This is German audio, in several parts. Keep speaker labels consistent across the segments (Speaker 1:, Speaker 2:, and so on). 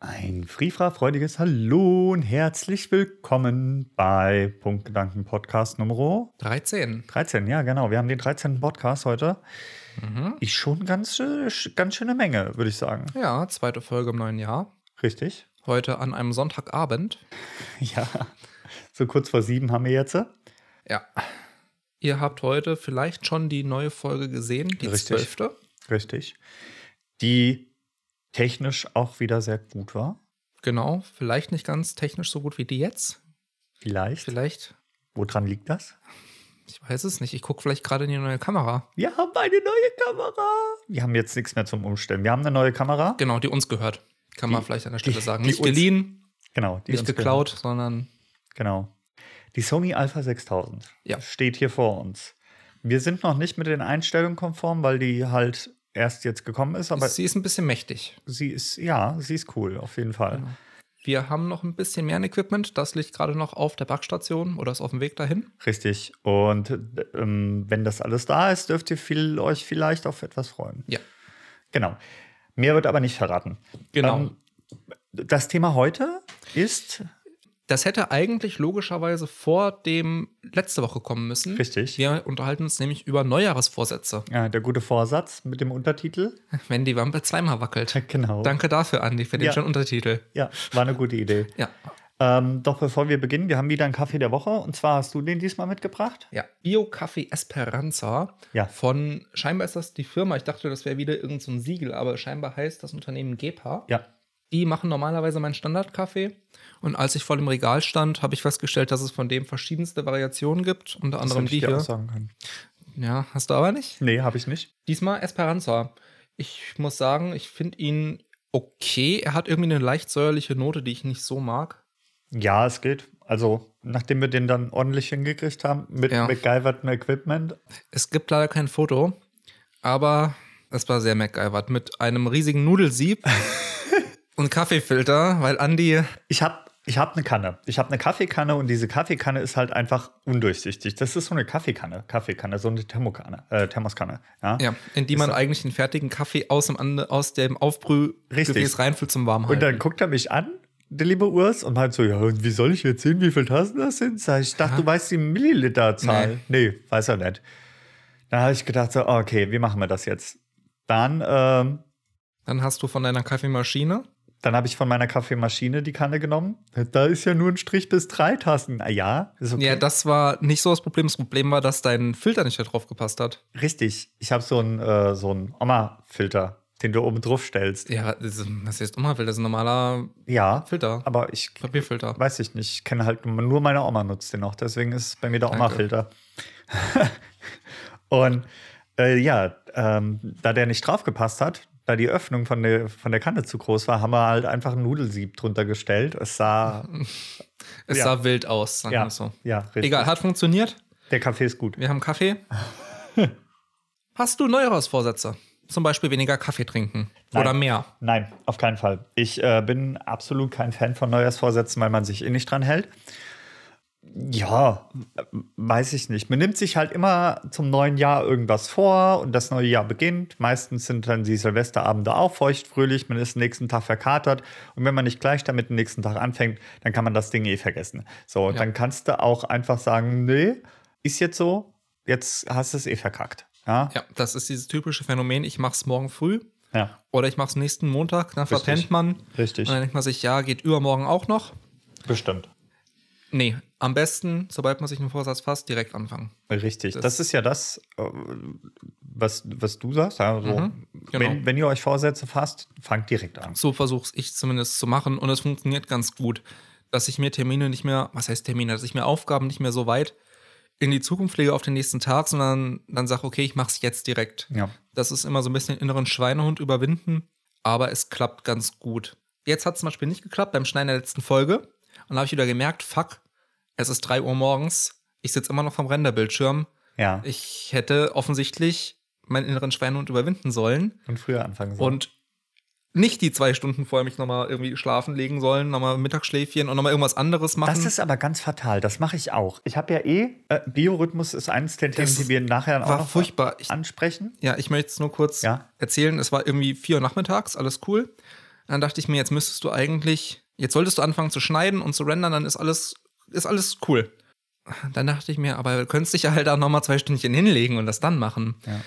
Speaker 1: Ein frifra-freudiges Hallo und herzlich willkommen bei Punktgedanken Podcast Nummer
Speaker 2: 13.
Speaker 1: 13. Ja, genau. Wir haben den 13. Podcast heute.
Speaker 2: Mhm.
Speaker 1: Ist schon ganz, schö- ganz schöne Menge, würde ich sagen.
Speaker 2: Ja, zweite Folge im neuen Jahr.
Speaker 1: Richtig?
Speaker 2: Heute an einem Sonntagabend.
Speaker 1: Ja. So kurz vor sieben haben wir jetzt. äh,
Speaker 2: Ja. Ihr habt heute vielleicht schon die neue Folge gesehen, die
Speaker 1: Richtig.
Speaker 2: zwölfte.
Speaker 1: Richtig. Die technisch auch wieder sehr gut war.
Speaker 2: Genau. Vielleicht nicht ganz technisch so gut wie die jetzt.
Speaker 1: Vielleicht.
Speaker 2: Vielleicht,
Speaker 1: Woran liegt das?
Speaker 2: ich weiß es nicht. Ich gucke vielleicht gerade in die neue Kamera.
Speaker 1: Wir haben eine neue Kamera. Wir haben jetzt nichts mehr zum Umstellen. Wir haben eine neue Kamera.
Speaker 2: Genau, die uns gehört. Kann man
Speaker 1: Die-
Speaker 2: vielleicht an der Stelle
Speaker 1: die-
Speaker 2: sagen.
Speaker 1: die
Speaker 2: Nicht
Speaker 1: uns-
Speaker 2: geliehen,
Speaker 1: Genau. die
Speaker 2: nicht
Speaker 1: uns gehört.
Speaker 2: geklaut, sondern
Speaker 1: Genau. Die Sony Alpha 6000
Speaker 2: Ja.
Speaker 1: steht hier vor uns. Wir sind noch nicht mit den Einstellungen konform, weil die halt erst jetzt gekommen ist, aber
Speaker 2: sie ist ein bisschen mächtig.
Speaker 1: sie ist, ja, sie ist cool, auf jeden Fall.
Speaker 2: Genau. Wir haben noch ein bisschen mehr an Equipment. Das liegt gerade noch auf der Backstation oder ist auf dem Weg dahin.
Speaker 1: Richtig. Und äh, ähm, wenn das alles da ist, dürft ihr viel, euch vielleicht auf etwas freuen.
Speaker 2: Ja.
Speaker 1: Genau. Mehr wird aber nicht verraten.
Speaker 2: Genau.
Speaker 1: Ähm, das Thema heute ist,
Speaker 2: Das hätte eigentlich logischerweise vor dem letzte Woche kommen müssen.
Speaker 1: richtig,
Speaker 2: Wir unterhalten uns nämlich über Neujahresvorsätze,
Speaker 1: ja, äh, der gute Vorsatz mit dem Untertitel.
Speaker 2: wenn die Wampe zweimal wackelt.
Speaker 1: Genau.
Speaker 2: Danke dafür, Andi, für den
Speaker 1: Ja.
Speaker 2: schönen Untertitel.
Speaker 1: Ja, war eine gute Idee.
Speaker 2: Ja.
Speaker 1: Ähm, doch bevor wir beginnen, wir haben wieder einen Kaffee der Woche und zwar hast du den diesmal mitgebracht.
Speaker 2: Ja. Bio-Kaffee Esperanza
Speaker 1: Ja.
Speaker 2: von, scheinbar ist das die Firma, ich dachte, das wäre wieder irgendein so ein Siegel, aber scheinbar heißt das Unternehmen Gepa.
Speaker 1: Ja.
Speaker 2: Die machen normalerweise meinen Standardkaffee. Und als ich vor dem Regal stand, habe ich festgestellt, dass es von dem verschiedenste Variationen gibt. Unter anderem
Speaker 1: hätte ich
Speaker 2: die
Speaker 1: dir auch
Speaker 2: hier.
Speaker 1: sagen können.
Speaker 2: Ja, hast du aber nicht?
Speaker 1: Nee, habe ich nicht.
Speaker 2: Diesmal Esperanza. Ich muss sagen, ich finde ihn okay. Er hat irgendwie eine leicht säuerliche Note, die ich nicht so mag.
Speaker 1: Ja, es geht. Also, nachdem wir den dann ordentlich hingekriegt haben, mit
Speaker 2: Ja.
Speaker 1: MacGyvertem Equipment.
Speaker 2: Es gibt leider kein Foto, aber es war sehr MacGyvert mit einem riesigen Nudelsieb und Kaffeefilter, weil Andy
Speaker 1: Ich habe ich hab eine Kanne. Ich habe eine Kaffeekanne und diese Kaffeekanne ist halt einfach undurchsichtig. Das ist so eine Kaffeekanne, Kaffeekanne, so eine Thermokanne, äh, Thermoskanne. Ja?
Speaker 2: ja, in die man eigentlich den fertigen Kaffee aus dem, Ande- aus dem Aufbrühgefäß
Speaker 1: Richtig.
Speaker 2: reinfüllt zum Warmhalten.
Speaker 1: Und dann guckt er mich an, der liebe Urs, und meint so: Ja, und wie soll ich jetzt sehen, wie viele Tassen das sind? Sag ich, ich dachte, du weißt die Milliliterzahl. Nee. weiß er nicht. Dann habe ich gedacht: so, Okay, wie machen wir das jetzt? Dann, ähm,
Speaker 2: Dann hast du von deiner Kaffeemaschine
Speaker 1: dann habe ich von meiner Kaffeemaschine die Kanne genommen. Da ist ja nur ein Strich bis drei Tassen. Ah, ja, ist okay.
Speaker 2: Ja, das war nicht so das Problem. Das Problem war, dass dein Filter nicht da drauf gepasst hat.
Speaker 1: Richtig, ich habe so einen äh, so einen Oma-Filter, den du oben drauf stellst.
Speaker 2: Ja, das ist, das ist immer das ist ein normaler
Speaker 1: Ja,
Speaker 2: Filter.
Speaker 1: aber ich
Speaker 2: Papierfilter.
Speaker 1: weiß ich nicht. Ich kenne halt nur- nur meine Oma nutzt den noch, deswegen ist es bei mir der
Speaker 2: Danke.
Speaker 1: Oma-Filter. und äh, ja, ähm, da der nicht drauf gepasst hat, da die Öffnung von der, von der Kante zu groß war, haben wir halt einfach ein Nudelsieb drunter gestellt. Es sah,
Speaker 2: Es
Speaker 1: Ja.
Speaker 2: sah wild aus, sagen wir
Speaker 1: ja,
Speaker 2: es so.
Speaker 1: ja, richtig.
Speaker 2: Egal, hat funktioniert.
Speaker 1: Der Kaffee ist gut.
Speaker 2: Wir haben Kaffee. Hast du Neujahrsvorsätze? Zum Beispiel weniger Kaffee trinken.
Speaker 1: Nein.
Speaker 2: Oder mehr.
Speaker 1: Nein, auf keinen Fall. Ich äh, bin absolut kein Fan von Neujahrsvorsätzen, weil man sich eh nicht dran hält. Ja, äh, weiß ich nicht. Man nimmt sich halt immer zum neuen Jahr irgendwas vor und das neue Jahr beginnt. Meistens sind dann die Silvesterabende auch feuchtfröhlich. Man ist den nächsten Tag verkatert und wenn man nicht gleich damit den nächsten Tag anfängt, dann kann man das Ding eh vergessen. So,
Speaker 2: Ja.
Speaker 1: dann kannst du auch einfach sagen, nee, ist jetzt so, jetzt hast du es eh verkackt. Ja,
Speaker 2: Ja, das ist dieses typische Phänomen, ich mach's morgen früh
Speaker 1: ja
Speaker 2: oder ich mach's nächsten Montag, dann
Speaker 1: Richtig.
Speaker 2: verpennt man.
Speaker 1: richtig.
Speaker 2: Und dann denkt man sich, ja, geht übermorgen auch noch.
Speaker 1: Bestimmt.
Speaker 2: Nee, am besten, sobald man sich einen Vorsatz fasst, direkt anfangen.
Speaker 1: Richtig, das,
Speaker 2: Das-
Speaker 1: ist ja das, äh, was, was du sagst. Also,
Speaker 2: Mhm, genau.
Speaker 1: wenn, wenn ihr euch Vorsätze fasst, fangt direkt an.
Speaker 2: So versuche ich zumindest zu machen und es funktioniert ganz gut, dass ich mir Termine nicht mehr, was heißt Termine, dass ich mir Aufgaben nicht mehr so weit in die Zukunft lege auf den nächsten Tag, sondern dann sage, okay, ich mache es jetzt direkt.
Speaker 1: Ja,
Speaker 2: Das ist immer so ein bisschen den inneren Schweinehund überwinden, aber es klappt ganz gut. Jetzt hat es zum Beispiel nicht geklappt beim Schneiden der letzten Folge und da habe ich wieder gemerkt, fuck, es ist 3 Uhr morgens, ich sitze immer noch vom Renderbildschirm.
Speaker 1: ja.
Speaker 2: Ich hätte offensichtlich meinen inneren Schweinehund überwinden sollen
Speaker 1: Und früher anfangen sollen.
Speaker 2: und nicht die zwei Stunden vorher mich nochmal irgendwie schlafen legen sollen, nochmal Mittagsschläfchen und nochmal irgendwas anderes machen.
Speaker 1: Das ist aber ganz fatal. Das mache ich auch. Ich habe ja eh, äh, Biorhythmus ist eines der Themen,
Speaker 2: Das
Speaker 1: die wir nachher auch
Speaker 2: war
Speaker 1: noch
Speaker 2: furchtbar. Ich,
Speaker 1: ansprechen.
Speaker 2: ja, ich möchte es nur kurz
Speaker 1: Ja.
Speaker 2: erzählen. Es war irgendwie 4 Uhr nachmittags, alles cool. dann dachte ich mir, jetzt müsstest du eigentlich, jetzt solltest du anfangen zu schneiden und zu rendern, dann ist alles, ist alles cool. Dann dachte ich mir, aber du könntest dich ja halt auch nochmal zwei Stündchen hinlegen und das dann machen.
Speaker 1: Ja.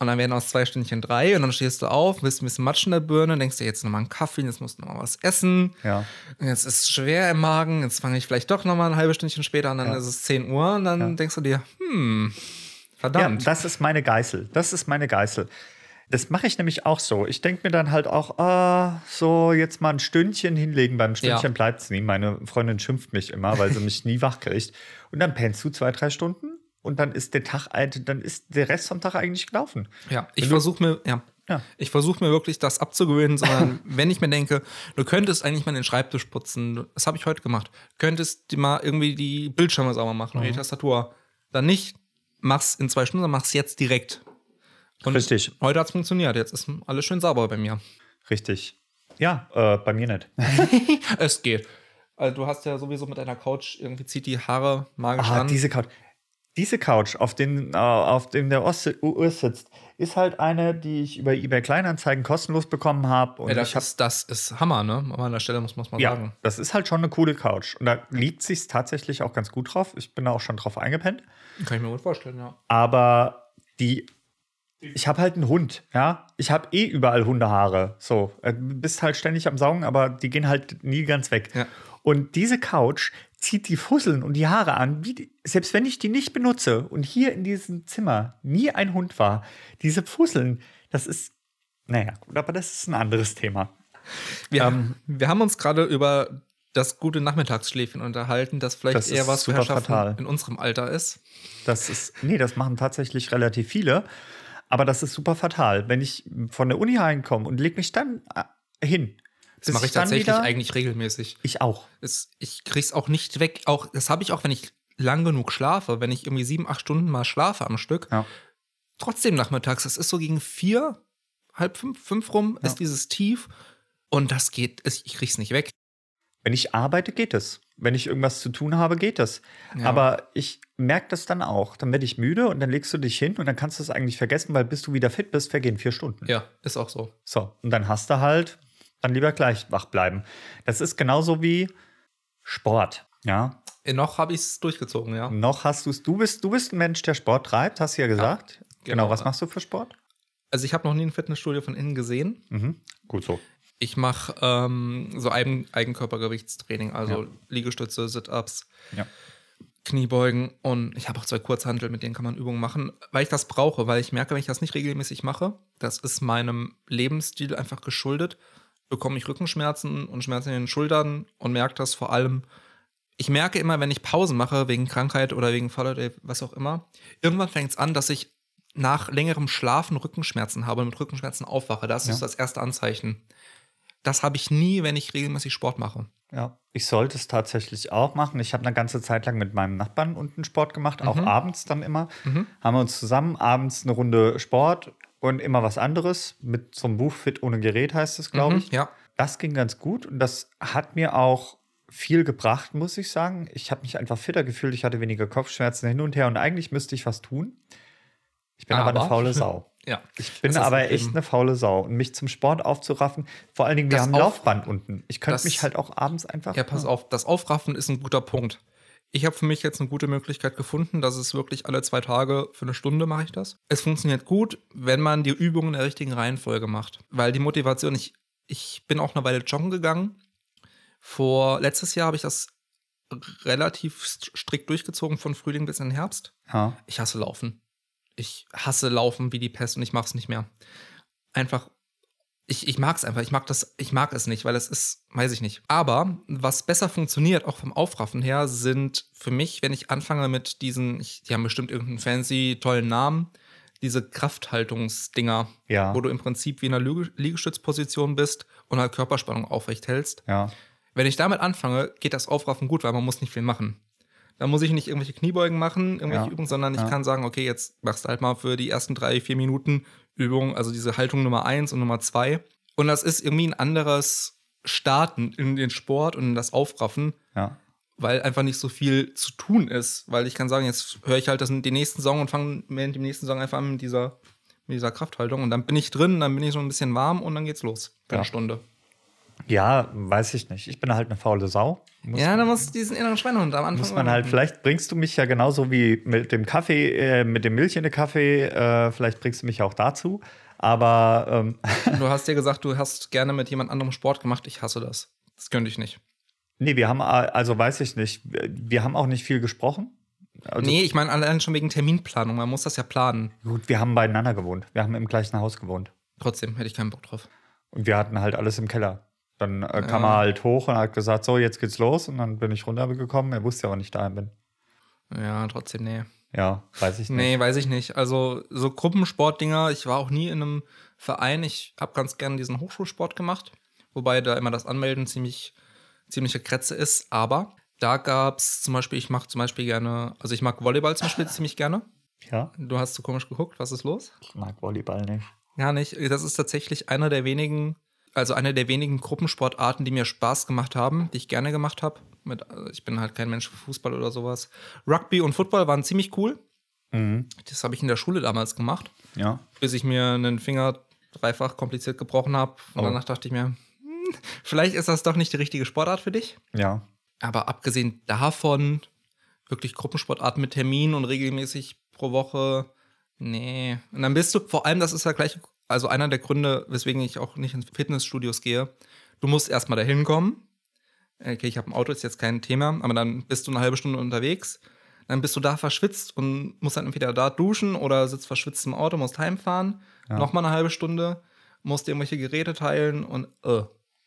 Speaker 2: Und dann werden aus zwei Stündchen drei und dann stehst du auf, bist ein bisschen matsch in der Birne, denkst dir jetzt nochmal einen Kaffee, jetzt musst du nochmal was essen.
Speaker 1: Ja.
Speaker 2: Und Jetzt ist es schwer im Magen, jetzt fange ich vielleicht doch nochmal ein halbes Stündchen später an, dann
Speaker 1: Ja.
Speaker 2: ist es 10 Uhr und dann
Speaker 1: Ja.
Speaker 2: denkst du dir, hm,
Speaker 1: Ja,
Speaker 2: verdammt.
Speaker 1: das ist meine Geißel. Das ist meine Geißel. Das mache ich nämlich auch so. Ich denke mir dann halt auch, ah, so jetzt mal ein Stündchen hinlegen. Beim Stündchen
Speaker 2: Ja.
Speaker 1: bleibt es nie. Meine Freundin schimpft mich immer, weil sie mich nie wach kriegt. Und dann pennst du zwei, drei Stunden und dann ist der Tag, alt- dann ist der Rest vom Tag eigentlich gelaufen.
Speaker 2: Ja, ich versuche mir, ja.
Speaker 1: Ja.
Speaker 2: Ich versuche mir wirklich das abzugewöhnen, sondern wenn ich mir denke, du könntest eigentlich mal den Schreibtisch putzen, das habe ich heute gemacht, könntest du mal irgendwie die Bildschirme sauber machen
Speaker 1: Mhm.
Speaker 2: oder die Tastatur. Dann nicht, mach's in zwei Stunden, sondern mach's jetzt direkt. Und
Speaker 1: Richtig.
Speaker 2: Heute hat's funktioniert, jetzt ist alles schön sauber bei mir.
Speaker 1: Richtig. Ja, äh, bei mir nicht.
Speaker 2: Es geht. Also du hast ja sowieso mit deiner Couch irgendwie zieht die Haare magisch
Speaker 1: Ah,
Speaker 2: an.
Speaker 1: diese Couch. Diese Couch, auf dem, äh, auf dem der Ost US sitzt, ist halt eine, die ich über eBay Kleinanzeigen kostenlos bekommen habe. Und
Speaker 2: Ey, das,
Speaker 1: ich habe
Speaker 2: ist, das ist Hammer, ne? Aber an der Stelle muss man es mal
Speaker 1: Ja,
Speaker 2: sagen.
Speaker 1: das ist halt schon eine coole Couch. Und da liegt sich tatsächlich auch ganz gut drauf. Ich bin da auch schon drauf eingepennt.
Speaker 2: Kann ich mir gut vorstellen, ja.
Speaker 1: Aber die. Ich habe halt einen Hund, ja. Ich habe eh überall Hundehaare. So, äh, bist halt ständig am Saugen, aber die gehen halt nie ganz weg.
Speaker 2: Ja.
Speaker 1: Und diese Couch zieht die Fusseln und die Haare an, wie die, selbst wenn ich die nicht benutze und hier in diesem Zimmer nie ein Hund war. Diese Fusseln, das ist, naja, gut, aber das ist ein anderes Thema.
Speaker 2: Wir,
Speaker 1: Ähm,
Speaker 2: wir haben uns gerade über das gute Nachmittagsschläfchen unterhalten, das vielleicht
Speaker 1: Das
Speaker 2: eher
Speaker 1: ist
Speaker 2: was für
Speaker 1: super
Speaker 2: Herrschaften
Speaker 1: fatal.
Speaker 2: in unserem Alter ist.
Speaker 1: Das ist, nee, das machen tatsächlich relativ viele. Aber das ist super fatal. Wenn ich von der Uni heimkomme und leg mich dann äh, hin.
Speaker 2: Das mache ich tatsächlich eigentlich regelmäßig.
Speaker 1: Ich auch.
Speaker 2: Es, ich krieg's auch nicht weg. Auch, das habe ich auch, wenn ich lang genug schlafe, wenn ich irgendwie sieben, acht Stunden mal schlafe am Stück.
Speaker 1: Ja.
Speaker 2: Trotzdem nachmittags, es ist so gegen vier, halb fünf, fünf rum,
Speaker 1: Ja.
Speaker 2: ist dieses Tief. Und das geht, es- ich krieg's nicht weg.
Speaker 1: Wenn ich arbeite, geht es. Wenn ich irgendwas zu tun habe, geht es.
Speaker 2: Ja.
Speaker 1: Aber ich merke das dann auch. Dann werde ich müde und dann legst du dich hin und dann kannst du es eigentlich vergessen, weil bis du wieder fit bist, vergehen vier Stunden.
Speaker 2: Ja, ist auch so.
Speaker 1: So, und dann hast du halt, dann lieber gleich wach bleiben. Das ist genauso wie Sport. Ja,
Speaker 2: Äh, Noch habe ich es durchgezogen, ja.
Speaker 1: Noch hast du es. Du bist, du bist ein Mensch, der Sport treibt, hast du ja gesagt. genau.
Speaker 2: genau.
Speaker 1: was machst du für Sport?
Speaker 2: Also ich habe noch nie ein Fitnessstudio von innen gesehen.
Speaker 1: Mhm. Gut so.
Speaker 2: Ich mache ähm, so Eigen Eigenkörpergewichtstraining, also Liegestütze, Sit-Ups,
Speaker 1: Ja.
Speaker 2: Kniebeugen und ich habe auch zwei Kurzhantel, mit denen kann man Übungen machen, weil ich das brauche, weil ich merke, wenn ich das nicht regelmäßig mache, das ist meinem Lebensstil einfach geschuldet, bekomme ich Rückenschmerzen und Schmerzen in den Schultern und merke das vor allem. Ich merke immer, wenn ich Pausen mache, wegen Krankheit oder wegen Fall oder was auch immer, irgendwann fängt es an, dass ich nach längerem Schlafen Rückenschmerzen habe und mit Rückenschmerzen aufwache. Das ist
Speaker 1: Ja.
Speaker 2: das erste Anzeichen. Das habe ich nie, wenn ich regelmäßig Sport mache.
Speaker 1: Ja. Ich sollte es tatsächlich auch machen. Ich habe eine ganze Zeit lang mit meinem Nachbarn unten Sport gemacht, auch abends dann immer.
Speaker 2: Mhm,
Speaker 1: Haben wir uns zusammen abends eine Runde Sport und immer was anderes. Mit so einem Buch Fit ohne Gerät heißt es, glaube
Speaker 2: Mhm,
Speaker 1: ich.
Speaker 2: Ja.
Speaker 1: Das ging ganz gut und das hat mir auch viel gebracht, muss ich sagen. Ich habe mich einfach fitter gefühlt, ich hatte weniger Kopfschmerzen hin und her und eigentlich müsste ich was tun. Ich bin Ah, aber eine
Speaker 2: Aber-
Speaker 1: faule Sau.
Speaker 2: Ja.
Speaker 1: Ich bin
Speaker 2: Das ist
Speaker 1: aber
Speaker 2: eben-
Speaker 1: echt eine faule Sau. Und mich zum Sport aufzuraffen, vor allen Dingen, wir
Speaker 2: Das
Speaker 1: haben
Speaker 2: auf-
Speaker 1: Laufband unten. Ich könnte
Speaker 2: das-
Speaker 1: mich halt auch abends einfach.
Speaker 2: Ja, pass auf, das Aufraffen ist ein guter Punkt. Ich habe für mich jetzt eine gute Möglichkeit gefunden, dass es wirklich alle zwei Tage für eine Stunde mache ich das. Es funktioniert gut, wenn man die Übungen in der richtigen Reihenfolge macht. Weil die Motivation, ich, ich bin auch eine Weile joggen gegangen. Vor letztes Jahr habe ich das relativ st- strikt durchgezogen von Frühling bis in den Herbst.
Speaker 1: Ja.
Speaker 2: Ich hasse Laufen. Ich hasse Laufen wie die Pest und ich mache es nicht mehr. Einfach, ich, ich mag es einfach. Ich mag das, ich mag es nicht, weil es ist, weiß ich nicht. Aber was besser funktioniert, auch vom Aufraffen her, sind für mich, wenn ich anfange mit diesen, ich, die haben bestimmt irgendeinen fancy, tollen Namen, diese Krafthaltungsdinger,
Speaker 1: Ja.
Speaker 2: wo du im Prinzip wie in einer Lüge- Liegestützposition bist und halt Körperspannung aufrecht hältst.
Speaker 1: ja.
Speaker 2: Wenn ich damit anfange, geht das Aufraffen gut, weil man muss nicht viel machen. Da muss ich nicht irgendwelche Kniebeugen machen, irgendwelche
Speaker 1: Ja,
Speaker 2: Übungen, sondern ich
Speaker 1: ja.
Speaker 2: kann sagen, okay, jetzt machst du halt mal für die ersten drei, vier Minuten Übung, also diese Haltung Nummer eins und Nummer zwei. Und das ist irgendwie ein anderes Starten in den Sport und in das Aufraffen,
Speaker 1: Ja.
Speaker 2: weil einfach nicht so viel zu tun ist. Weil ich kann sagen, jetzt höre ich halt das, den nächsten Song und fange mit dem nächsten Song einfach an mit dieser, mit dieser Krafthaltung. Und dann bin ich drin, dann bin ich so ein bisschen warm und dann geht's los. Für
Speaker 1: Ja.
Speaker 2: eine Stunde.
Speaker 1: Ja, weiß ich nicht. Ich bin halt eine faule Sau. Muss
Speaker 2: ja, da musst du diesen inneren Schweinehund am Anfang.
Speaker 1: Muss man halt,
Speaker 2: überwinden.
Speaker 1: vielleicht bringst du mich ja genauso wie mit dem Kaffee, äh, mit dem Milch in den Kaffee, äh, vielleicht bringst du mich ja auch dazu. Aber ähm,
Speaker 2: Du hast dir gesagt, du hast gerne mit jemand anderem Sport gemacht. Ich hasse das. Das könnte ich nicht.
Speaker 1: nee, wir haben, a- also weiß ich nicht, wir haben auch nicht viel gesprochen. Also
Speaker 2: nee, ich meine allein schon wegen Terminplanung. Man muss das ja planen.
Speaker 1: gut, wir haben beieinander gewohnt. Wir haben im gleichen Haus gewohnt.
Speaker 2: Trotzdem hätte ich keinen Bock drauf.
Speaker 1: Und wir hatten halt alles im Keller. Dann äh, kam
Speaker 2: Ja.
Speaker 1: er halt hoch und hat gesagt, so, jetzt geht's los. Und dann bin ich runtergekommen. Er wusste ja, wann ich daheim bin.
Speaker 2: Ja, trotzdem, nee.
Speaker 1: Ja, weiß ich nicht.
Speaker 2: Nee, weiß ich nicht. Also so Gruppensportdinger, ich war auch nie in einem Verein. Ich habe ganz gerne diesen Hochschulsport gemacht, wobei da immer das Anmelden ziemlich ziemliche Kretze ist. Aber da gab's zum Beispiel, ich mache zum Beispiel gerne, also ich mag Volleyball zum Beispiel ziemlich gerne.
Speaker 1: Ja,
Speaker 2: Du hast so komisch geguckt, was ist los?
Speaker 1: ich mag Volleyball nicht.
Speaker 2: Gar nicht. Das ist tatsächlich einer der wenigen, also eine der wenigen Gruppensportarten, die mir Spaß gemacht haben, die ich gerne gemacht habe. Mit, also ich bin halt kein Mensch für Fußball oder sowas. Rugby und Football waren ziemlich cool.
Speaker 1: Mhm.
Speaker 2: Das habe ich in der Schule damals gemacht,
Speaker 1: Ja.
Speaker 2: bis ich mir einen Finger dreifach kompliziert gebrochen habe. Und
Speaker 1: Oh.
Speaker 2: danach dachte ich mir, hm, vielleicht ist das doch nicht die richtige Sportart für dich.
Speaker 1: Ja.
Speaker 2: Aber abgesehen davon, wirklich Gruppensportarten mit Termin und regelmäßig pro Woche, nee. Und dann bist du, vor allem, das ist ja gleich, also einer der Gründe, weswegen ich auch nicht in Fitnessstudios gehe, du musst erstmal dahin kommen. Okay, ich habe ein Auto, ist jetzt kein Thema, aber dann bist du eine halbe Stunde unterwegs. Dann bist du da verschwitzt und musst dann entweder da duschen oder sitzt verschwitzt im Auto, musst heimfahren.
Speaker 1: Ja.
Speaker 2: Nochmal eine halbe Stunde, musst dir irgendwelche Geräte teilen und, äh,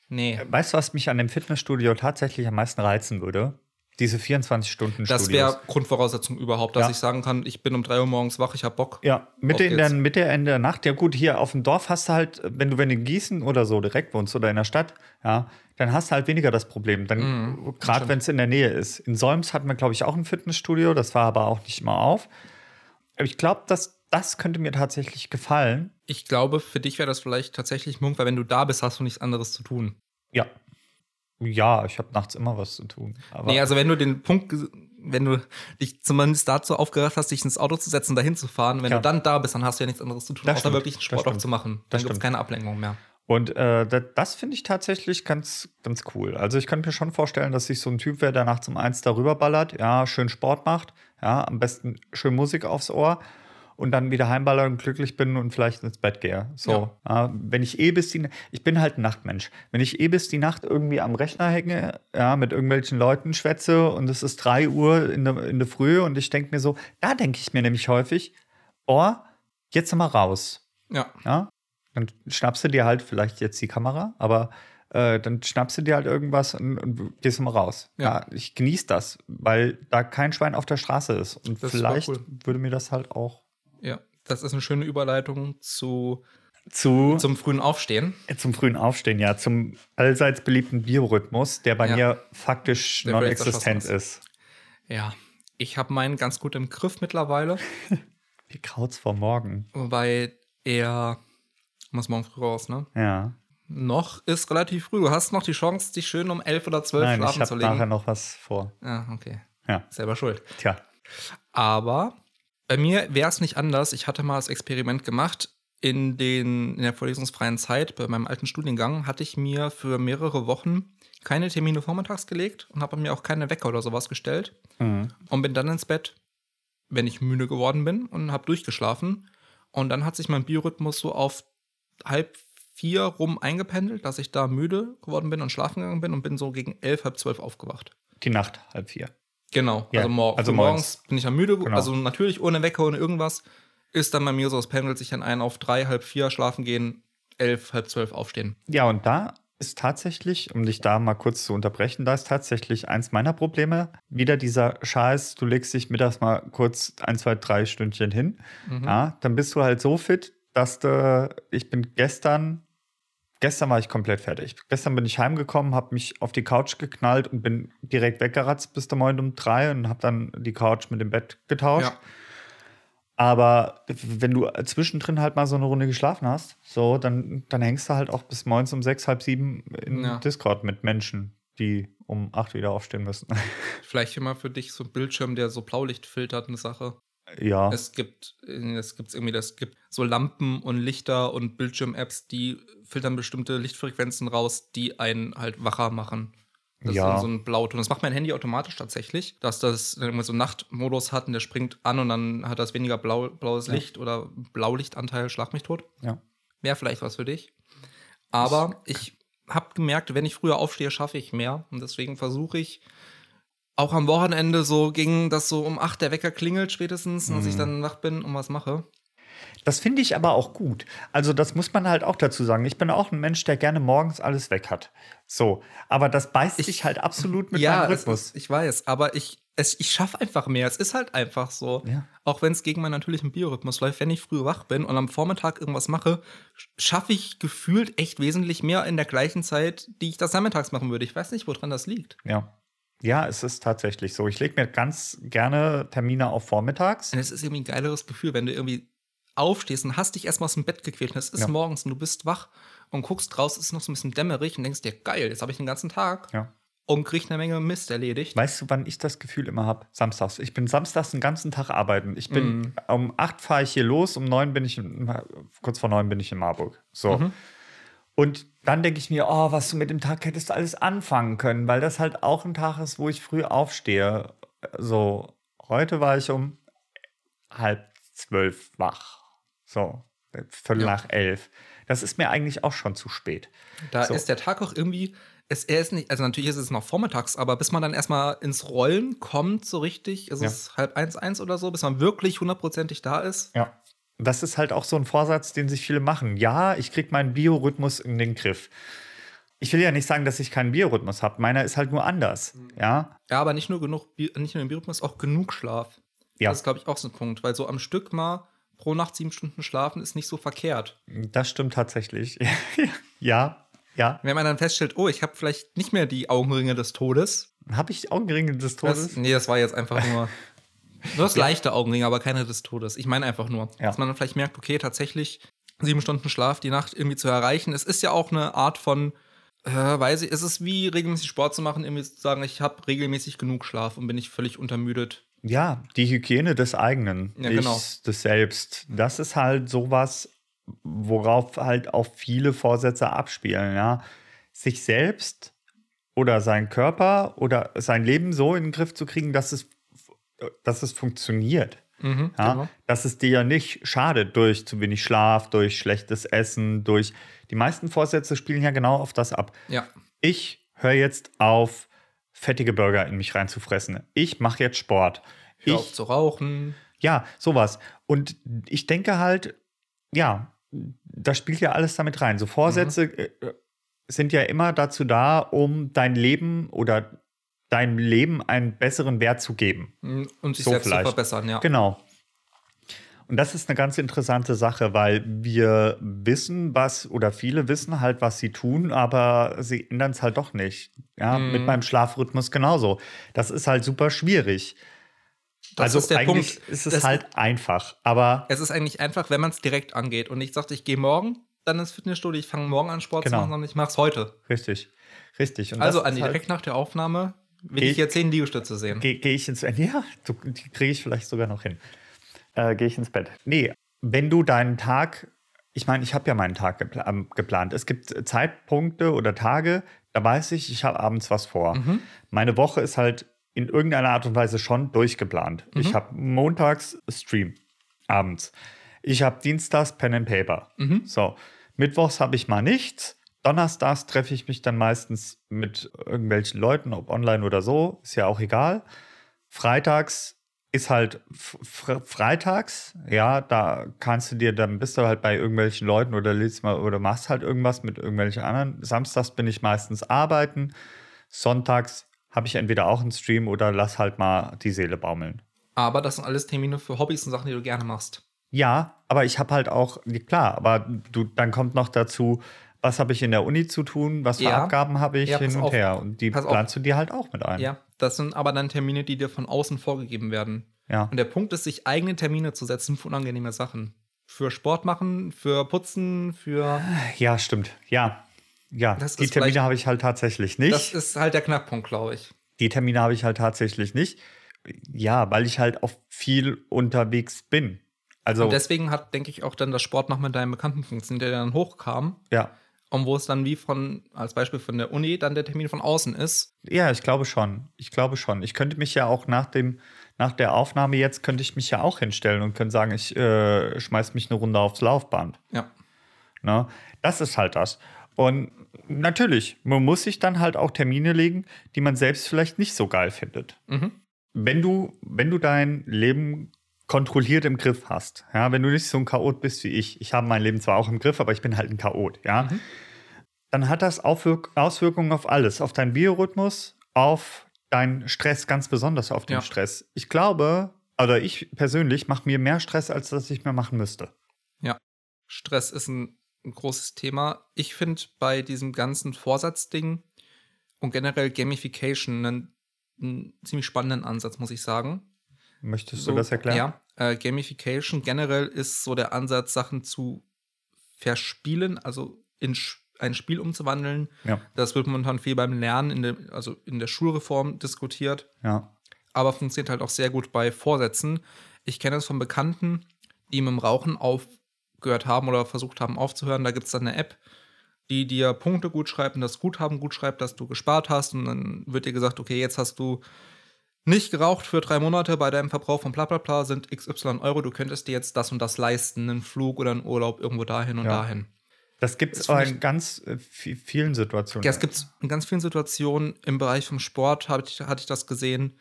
Speaker 2: nee.
Speaker 1: Weißt du, was mich an dem Fitnessstudio tatsächlich am meisten reizen würde? Diese 24-Stunden-Studios.
Speaker 2: Das wäre Grundvoraussetzung überhaupt, dass
Speaker 1: Ja.
Speaker 2: ich sagen kann, ich bin um 3 Uhr morgens wach, ich habe Bock.
Speaker 1: Ja, Mitte
Speaker 2: Auf
Speaker 1: in, der,
Speaker 2: geht's.
Speaker 1: Mitte in der Nacht. Ja, gut, hier auf dem Dorf hast du halt, wenn du wenn du in Gießen oder so direkt wohnst oder in der Stadt, ja, dann hast du halt weniger das Problem. Dann,
Speaker 2: Mhm,
Speaker 1: gerade wenn es in der Nähe ist. In Solms hatten wir, glaube ich, auch ein Fitnessstudio, das war aber auch nicht mal auf. Aber ich glaube, dass das könnte mir tatsächlich gefallen.
Speaker 2: Ich glaube, für dich wäre das vielleicht tatsächlich Munk, weil wenn du da bist, hast du nichts anderes zu tun.
Speaker 1: Ja. Ja, ich habe nachts immer was zu tun. Aber
Speaker 2: Nee, also wenn du den Punkt, ges- wenn du dich zumindest dazu aufgerafft hast, dich ins Auto zu setzen, dahin zu fahren, wenn
Speaker 1: Ja.
Speaker 2: du dann da bist, dann hast du ja nichts anderes zu tun,
Speaker 1: Das
Speaker 2: außer
Speaker 1: stimmt,
Speaker 2: wirklich einen
Speaker 1: das
Speaker 2: Sport auch
Speaker 1: stimmt.
Speaker 2: zu machen. Dann
Speaker 1: Das
Speaker 2: gibt es
Speaker 1: stimmt.
Speaker 2: keine Ablenkung mehr.
Speaker 1: Und äh, das, das finde ich tatsächlich ganz, ganz cool. Also ich könnte mir schon vorstellen, dass ich so ein Typ wäre, der nachts um eins darüber ballert, ja, schön Sport macht, ja, am besten schön Musik aufs Ohr und dann wieder heimballern und glücklich bin und vielleicht ins Bett gehe. So, ja. wenn ich eh bis die, ich bin halt ein Nachtmensch. Wenn ich eh bis die Nacht irgendwie am Rechner hänge, ja, mit irgendwelchen Leuten schwätze und es ist 3 Uhr in der, in der Früh und ich denke mir so, da denke ich mir nämlich häufig, oh, jetzt mal raus.
Speaker 2: Ja,
Speaker 1: Ja, dann schnappst du dir halt vielleicht jetzt die Kamera, aber äh, dann schnappst du dir halt irgendwas und, und gehst mal raus.
Speaker 2: Ja.
Speaker 1: Ja, ich genieße das, weil da kein Schwein auf der Straße ist. Und
Speaker 2: Das ist
Speaker 1: vielleicht
Speaker 2: voll cool.
Speaker 1: würde mir das halt auch
Speaker 2: ja. Das ist eine schöne Überleitung zu,
Speaker 1: zu, zum,
Speaker 2: zum frühen Aufstehen.
Speaker 1: frühen Aufstehen, ja, zum allseits beliebten Biorhythmus, der bei
Speaker 2: Ja.
Speaker 1: mir faktisch
Speaker 2: Der vielleicht
Speaker 1: non-existent
Speaker 2: erschossen
Speaker 1: ist.
Speaker 2: Ja, ich habe meinen ganz gut im Griff mittlerweile.
Speaker 1: Wie kraut's vor morgen.
Speaker 2: Wobei er muss morgen früh raus, ne?
Speaker 1: Ja.
Speaker 2: Noch ist relativ früh. Du hast noch die Chance, dich schön um elf oder zwölf
Speaker 1: Nein, ich
Speaker 2: schlafen zu
Speaker 1: habe nachher
Speaker 2: legen.
Speaker 1: noch was vor.
Speaker 2: Ja, okay.
Speaker 1: Ja.
Speaker 2: Selber schuld.
Speaker 1: Tja.
Speaker 2: Aber bei mir wäre es nicht anders. Ich hatte mal das Experiment gemacht. In, den, in der vorlesungsfreien Zeit bei meinem alten Studiengang hatte ich mir für mehrere Wochen keine Termine vormittags gelegt und habe mir auch keine Wecker oder sowas gestellt
Speaker 1: Mhm.
Speaker 2: und bin dann ins Bett, wenn ich müde geworden bin und habe durchgeschlafen. Und dann hat sich mein Biorhythmus so auf halb vier rum eingependelt, dass ich da müde geworden bin und schlafen gegangen bin und bin so gegen elf, halb zwölf aufgewacht.
Speaker 1: Die Nacht, halb vier.
Speaker 2: Genau,
Speaker 1: Ja,
Speaker 2: also, mor
Speaker 1: also
Speaker 2: also morgens bin ich dann müde, ge-
Speaker 1: Genau.
Speaker 2: also natürlich ohne Wecker, ohne irgendwas, ist dann bei mir so, es pendelt sich dann ein auf drei, halb vier schlafen gehen, elf, halb zwölf aufstehen.
Speaker 1: Ja, und da ist tatsächlich, um dich da mal kurz zu unterbrechen, da ist tatsächlich eins meiner Probleme wieder dieser Scheiß, du legst dich mittags mal kurz ein, zwei, drei Stündchen hin.
Speaker 2: Mhm.
Speaker 1: Ja, dann bist du halt so fit, dass du, ich bin gestern, gestern war ich komplett fertig. Gestern bin ich heimgekommen, habe mich auf die Couch geknallt und bin direkt weggeratzt bis morgen um drei und habe dann die Couch mit dem Bett getauscht.
Speaker 2: Ja.
Speaker 1: Aber wenn du zwischendrin halt mal so eine Runde geschlafen hast, so, dann, dann hängst du halt auch bis morgens um sechs, halb sieben in
Speaker 2: Ja.
Speaker 1: Discord mit Menschen, die um acht wieder aufstehen müssen.
Speaker 2: Vielleicht immer für dich so ein Bildschirm, der so Blaulicht filtert, eine Sache.
Speaker 1: Ja.
Speaker 2: Es gibt, äh, es gibt's irgendwie, das gibt so Lampen und Lichter und Bildschirm-Apps, die filtern bestimmte Lichtfrequenzen raus, die einen halt wacher machen. Das
Speaker 1: Ja.
Speaker 2: ist dann so ein Blauton. Das macht mein Handy automatisch tatschlich, dass das dann immer so einen Nachtmodus hat und der springt an und dann hat das weniger blau, blaues
Speaker 1: Ja.
Speaker 2: Licht oder Blaulichtanteil, schlag mich tot.
Speaker 1: Ja.
Speaker 2: Wäre vielleicht was für dich. Aber ich habe gemerkt, wenn ich früher aufstehe, schaffe ich mehr. Und deswegen versuche ich auch am Wochenende so gegen das so um 8 der Wecker klingelt spätestens, dass
Speaker 1: Mhm.
Speaker 2: ich dann wach bin und was mache.
Speaker 1: Das finde ich aber auch gut. Also, das muss man halt auch dazu sagen. Ich bin auch ein Mensch, der gerne morgens alles weg hat. So. Aber das beißt
Speaker 2: Ich-
Speaker 1: sich halt absolut mit meinem
Speaker 2: es
Speaker 1: Rhythmus.
Speaker 2: ist, ich weiß, aber ich, es, ich schaffe einfach mehr. Es ist halt einfach so.
Speaker 1: Ja.
Speaker 2: Auch wenn es gegen meinen natürlichen Biorhythmus läuft, wenn ich früh wach bin und am Vormittag irgendwas mache, sch- schaffe ich gefühlt echt wesentlich mehr in der gleichen Zeit, die ich das nachmittags machen würde. Ich weiß nicht, woran das liegt.
Speaker 1: Ja. Ja, es ist tatsächlich so. Ich lege mir ganz gerne Termine auf vormittags.
Speaker 2: Und es ist irgendwie ein geileres Gefühl, wenn du irgendwie aufstehst und hast dich erstmal aus dem Bett gequält und es ist
Speaker 1: Ja.
Speaker 2: morgens und du bist wach und guckst raus, es ist noch so ein bisschen dämmerig und denkst dir, geil, jetzt habe ich den ganzen Tag
Speaker 1: Ja.
Speaker 2: und krieg eine Menge Mist erledigt.
Speaker 1: Weißt du, wann ich das Gefühl immer habe? Samstags. Ich bin samstags den ganzen Tag arbeiten. Ich bin
Speaker 2: Mhm.
Speaker 1: um 8 fahre ich hier los, um 9 bin ich in, kurz vor 9 bin ich in Marburg. So.
Speaker 2: Mhm.
Speaker 1: Und dann denke ich mir, oh, was du mit dem Tag hättest du alles anfangen können, weil das halt auch ein Tag ist, wo ich früh aufstehe. So, heute war ich um halb zwölf wach. So, Viertel
Speaker 2: Ja.
Speaker 1: nach elf. Das ist mir eigentlich auch schon zu spät.
Speaker 2: Da
Speaker 1: So.
Speaker 2: ist der Tag auch irgendwie, es, er ist nicht, also natürlich ist es noch vormittags, aber bis man dann erstmal ins Rollen kommt, so richtig, ist
Speaker 1: Ja.
Speaker 2: es halb eins, eins oder so, bis man wirklich hundertprozentig da ist.
Speaker 1: Ja. Das ist halt auch so ein Vorsatz, den sich viele machen. Ja, ich kriege meinen Biorhythmus in den Griff. Ich will ja nicht sagen, dass ich keinen Biorhythmus habe. Meiner ist halt nur anders. Ja.
Speaker 2: Ja, aber nicht nur genug, Bi- nicht nur im Biorhythmus, auch genug Schlaf.
Speaker 1: Ja.
Speaker 2: Das ist, glaube ich, auch so ein Punkt, weil so am Stück mal pro Nacht sieben Stunden schlafen ist nicht so verkehrt.
Speaker 1: Das stimmt tatsächlich. ja, ja.
Speaker 2: Wenn man dann feststellt, oh, ich habe vielleicht nicht mehr die Augenringe des Todes.
Speaker 1: Habe ich Augenringe des
Speaker 2: Das,
Speaker 1: Todes?
Speaker 2: nee, das war jetzt einfach nur. Du hast leichte Augenringe, aber keine des Todes. Ich meine einfach nur,
Speaker 1: Ja.
Speaker 2: dass man dann vielleicht merkt, okay, tatsächlich sieben Stunden Schlaf die Nacht irgendwie zu erreichen. Es ist ja auch eine Art von, äh, weiß ich, es ist wie regelmäßig Sport zu machen, irgendwie zu sagen, ich habe regelmäßig genug Schlaf und bin nicht völlig untermüdet.
Speaker 1: Ja, die Hygiene des eigenen,
Speaker 2: Ja, genau.
Speaker 1: ich, des Selbst. Das ist halt sowas, worauf halt auch viele Vorsätze abspielen. Ja, sich selbst oder seinen Körper oder sein Leben so in den Griff zu kriegen, dass es, dass es funktioniert.
Speaker 2: Mhm,
Speaker 1: Ja,
Speaker 2: genau.
Speaker 1: dass es dir ja nicht schadet durch zu wenig Schlaf, durch schlechtes Essen, durch die meisten Vorsätze spielen ja genau auf das ab.
Speaker 2: Ja.
Speaker 1: ich höre jetzt auf, fettige Burger in mich reinzufressen. Ich mache jetzt Sport.
Speaker 2: Hör auf
Speaker 1: ich,
Speaker 2: zu rauchen.
Speaker 1: ja, sowas. Und ich denke halt, ja, da spielt ja alles damit rein. So Vorsätze
Speaker 2: Mhm.
Speaker 1: äh, sind ja immer dazu da, um dein Leben oder deinem Leben einen besseren Wert zu geben.
Speaker 2: mh, hm, Und sich
Speaker 1: So
Speaker 2: selbst
Speaker 1: vielleicht.
Speaker 2: zu verbessern, ja.
Speaker 1: Genau. Und das ist eine ganz interessante Sache, weil wir wissen, was oder viele wissen halt, was sie tun, aber sie ändern es halt doch nicht. Ja,
Speaker 2: Mhm.
Speaker 1: mit meinem Schlafrhythmus genauso. Das ist halt super schwierig.
Speaker 2: Das
Speaker 1: also
Speaker 2: ist der
Speaker 1: eigentlich
Speaker 2: Punkt.
Speaker 1: ist es
Speaker 2: Das-
Speaker 1: halt einfach, aber
Speaker 2: Es ist eigentlich einfach, wenn man es direkt angeht und nicht sagt, ich gehe morgen dann ins Fitnessstudio, ich fange morgen an Sport
Speaker 1: Genau.
Speaker 2: zu machen, sondern ich mache es heute.
Speaker 1: richtig, richtig. Und
Speaker 2: also
Speaker 1: das ist halt
Speaker 2: Andi, direkt nach der Aufnahme will
Speaker 1: Geh-
Speaker 2: ich hier zehn Liegestütze sehen.
Speaker 1: Gehe geh ich ins Bett? Ja, du- die kriege ich vielleicht sogar noch hin. Äh, gehe ich ins Bett? Nee, wenn du deinen Tag, ich meine, ich habe ja meinen Tag gepla ähm, geplant. Es gibt Zeitpunkte oder Tage, da weiß ich, ich habe abends was vor. Meine Woche ist halt in irgendeiner Art und Weise schon durchgeplant. Ich habe montags Stream abends. Ich habe dienstags Pen and Paper. So, mittwochs habe ich mal nichts. Donnerstags treffe ich mich dann meistens mit irgendwelchen Leuten, ob online oder so, ist ja auch egal. Freitags ist halt f- fre freitags, ja, da kannst du dir, dann bist du halt bei irgendwelchen Leuten oder lädst mal oder machst halt irgendwas mit irgendwelchen anderen. Samstags bin ich meistens arbeiten. Sonntags habe ich entweder auch einen Stream oder lass halt mal die Seele baumeln.
Speaker 2: Aber das sind alles Termine für Hobbys und Sachen, die du gerne machst.
Speaker 1: Ja, aber ich habe halt auch, klar, aber du, dann kommt noch dazu, was habe ich in der Uni zu tun, was für
Speaker 2: Ja.
Speaker 1: Abgaben habe ich
Speaker 2: Ja,
Speaker 1: hin
Speaker 2: pass
Speaker 1: und
Speaker 2: auf.
Speaker 1: her. Und die
Speaker 2: Pass auf.
Speaker 1: planst du dir halt auch mit ein.
Speaker 2: Ja, das sind aber dann Termine, die dir von außen vorgegeben werden.
Speaker 1: Ja.
Speaker 2: Und der Punkt ist, sich eigene Termine zu setzen für unangenehme Sachen. Für Sport machen, für Putzen, für.
Speaker 1: ja, stimmt. Ja. Ja,
Speaker 2: Das
Speaker 1: die
Speaker 2: ist vielleicht-
Speaker 1: Termine habe ich halt tatsächlich nicht.
Speaker 2: Das ist halt der Knackpunkt, glaube ich.
Speaker 1: Die Termine habe ich halt tatsächlich nicht. ja, weil ich halt auch viel unterwegs bin. Also,
Speaker 2: Und deswegen hat, denke ich, auch dann das Sport noch mit deinem Bekannten funktioniert, der dann hochkam
Speaker 1: ja.
Speaker 2: und wo es dann wie von, als Beispiel von der Uni, dann der Termin von außen ist.
Speaker 1: Ja, ich glaube schon. Ich glaube schon. Ich könnte mich ja auch nach dem, nach der Aufnahme jetzt könnte ich mich ja auch hinstellen und könnte sagen, ich äh, schmeiß mich eine Runde aufs Laufband.
Speaker 2: Ja.
Speaker 1: Ne? Das ist halt das. Und natürlich, man muss sich dann halt auch Termine legen, die man selbst vielleicht nicht so geil findet.
Speaker 2: Mhm.
Speaker 1: Wenn du, wenn du dein Leben kontrolliert im Griff hast, ja, wenn du nicht so ein Chaot bist wie ich, ich habe mein Leben zwar auch im Griff, aber ich bin halt ein Chaot, ja,
Speaker 2: Mhm.
Speaker 1: dann hat das Aufwirk Auswirkungen auf alles, auf deinen Biorhythmus, auf deinen Stress, ganz besonders auf den
Speaker 2: Ja.
Speaker 1: Stress. Ich glaube, oder ich persönlich mache mir mehr Stress, als dass ich mir machen müsste.
Speaker 2: Stress ist ein, ein großes Thema. Ich finde bei diesem ganzen Vorsatzding und generell Gamification einen, einen ziemlich spannenden Ansatz, muss ich sagen.
Speaker 1: Möchtest du das erklären?
Speaker 2: Ja, äh, Gamification generell ist so der Ansatz, Sachen zu verspielen, also in Sch- ein Spiel umzuwandeln.
Speaker 1: Ja.
Speaker 2: Das wird momentan viel beim Lernen, in der, also in der Schulreform diskutiert,
Speaker 1: Ja.
Speaker 2: aber funktioniert halt auch sehr gut bei Vorsätzen. Ich kenne es von Bekannten, die mit dem Rauchen aufgehört haben oder versucht haben aufzuhören. Da gibt es dann eine App, die dir Punkte gut schreibt und das Guthaben gut schreibt, dass du gespart hast. Und dann wird dir gesagt, okay, jetzt hast du nicht geraucht für drei Monate, bei deinem Verbrauch von bla bla bla sind XY Euro, du könntest dir jetzt das und das leisten, einen Flug oder einen Urlaub irgendwo dahin und
Speaker 1: Ja.
Speaker 2: dahin.
Speaker 1: Das gibt
Speaker 2: Das
Speaker 1: es
Speaker 2: find
Speaker 1: in ganz äh, vi- vielen Situationen.
Speaker 2: Ja, es gibt in ganz vielen Situationen im Bereich vom Sport, hab ich, hatte ich das gesehen.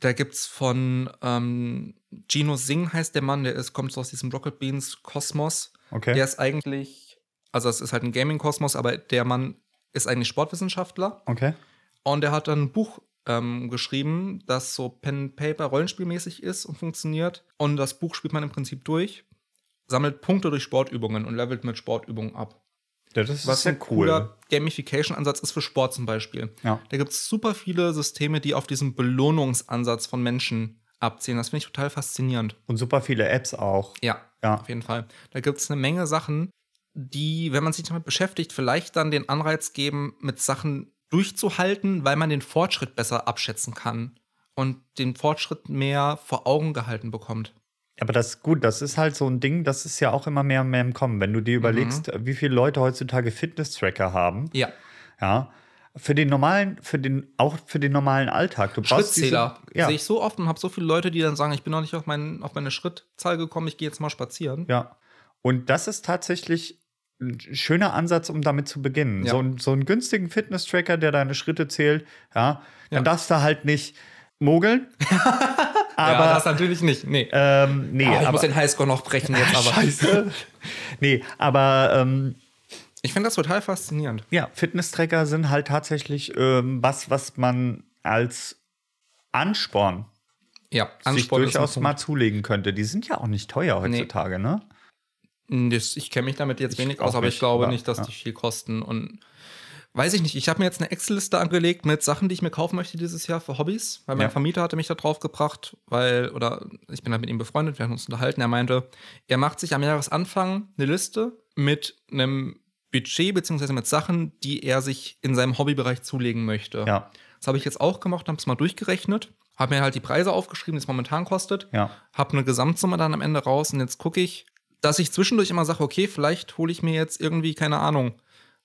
Speaker 2: Da gibt es von ähm, Gino Singh heißt der Mann, der ist, kommt so aus diesem Rocket Beans Kosmos.
Speaker 1: okay.
Speaker 2: Der ist eigentlich, also es ist halt ein Gaming-Kosmos, aber der Mann ist eigentlich Sportwissenschaftler
Speaker 1: okay.
Speaker 2: und er hat dann ein Buch ähm, geschrieben, das so Pen-Paper-Rollenspielmäßig ist und funktioniert. Und das Buch spielt man im Prinzip durch, sammelt Punkte durch Sportübungen und levelt mit Sportübungen ab.
Speaker 1: Ja, das
Speaker 2: Was
Speaker 1: ist ja
Speaker 2: ein
Speaker 1: cool.
Speaker 2: cooler Gamification-Ansatz ist für Sport zum Beispiel.
Speaker 1: Ja.
Speaker 2: Da gibt es super viele Systeme, die auf diesen Belohnungsansatz von Menschen abziehen. Das finde ich total faszinierend.
Speaker 1: Und super viele Apps auch.
Speaker 2: Ja,
Speaker 1: Ja.
Speaker 2: auf jeden Fall. Da gibt es eine Menge Sachen, die, wenn man sich damit beschäftigt, vielleicht dann den Anreiz geben, mit Sachen durchzuhalten, weil man den Fortschritt besser abschätzen kann und den Fortschritt mehr vor Augen gehalten bekommt.
Speaker 1: Aber das ist gut, das ist halt so ein Ding, das ist ja auch immer mehr und mehr im Kommen. Wenn du
Speaker 2: Mhm.
Speaker 1: dir überlegst, äh, wie viele Leute heutzutage Fitness-Tracker haben,
Speaker 2: Ja,
Speaker 1: ja, für den normalen, für den, auch für den normalen Alltag. Du brauchst diese-
Speaker 2: Schrittzähler
Speaker 1: ja,
Speaker 2: sehe ich so oft und habe so viele Leute, die dann sagen, ich bin noch nicht auf, meinen, auf meine Schrittzahl gekommen, ich gehe jetzt mal spazieren.
Speaker 1: ja. Und das ist tatsächlich ein schöner Ansatz, um damit zu beginnen.
Speaker 2: Ja.
Speaker 1: So, ein, so einen günstigen Fitness-Tracker, der deine Schritte zählt, ja, dann
Speaker 2: Ja.
Speaker 1: darfst du halt nicht mogeln. aber
Speaker 2: ja, das natürlich nicht. Nee.
Speaker 1: ähm, nee,
Speaker 2: Ah, ich
Speaker 1: aber, Ah,
Speaker 2: muss den Highscore noch brechen jetzt, aber.
Speaker 1: Scheiße. nee, aber ähm,
Speaker 2: Ich finde das total faszinierend.
Speaker 1: ja, Fitness-Tracker sind halt tatsächlich ähm, was, was man als Ansporn
Speaker 2: Ja,
Speaker 1: sich
Speaker 2: ist ein
Speaker 1: durchaus
Speaker 2: Punkt.
Speaker 1: mal zulegen könnte. Die sind ja auch nicht teuer
Speaker 2: Nee.
Speaker 1: heutzutage, ne?
Speaker 2: Das, ich kenne mich damit jetzt
Speaker 1: Ich
Speaker 2: wenig
Speaker 1: auch
Speaker 2: aus, aber
Speaker 1: nicht,
Speaker 2: ich glaube
Speaker 1: aber-
Speaker 2: nicht, dass
Speaker 1: ja.
Speaker 2: die viel kosten. Und weiß ich nicht, ich habe mir jetzt eine Excel-Liste angelegt mit Sachen, die ich mir kaufen möchte dieses Jahr für Hobbys, weil mein
Speaker 1: Ja.
Speaker 2: Vermieter hatte mich da drauf gebracht, weil, oder ich bin halt mit ihm befreundet, wir haben uns unterhalten. Er meinte, er macht sich am Jahresanfang eine Liste mit einem Budget beziehungsweise mit Sachen, die er sich in seinem Hobbybereich zulegen möchte.
Speaker 1: Ja,
Speaker 2: Das habe ich jetzt auch gemacht, habe es mal durchgerechnet, habe mir halt die Preise aufgeschrieben, die es momentan kostet,
Speaker 1: ja.
Speaker 2: habe eine ne Gesamtsumme dann am Ende raus und jetzt gucke ich, dass ich zwischendurch immer sage, okay, vielleicht hole ich mir jetzt irgendwie, keine Ahnung,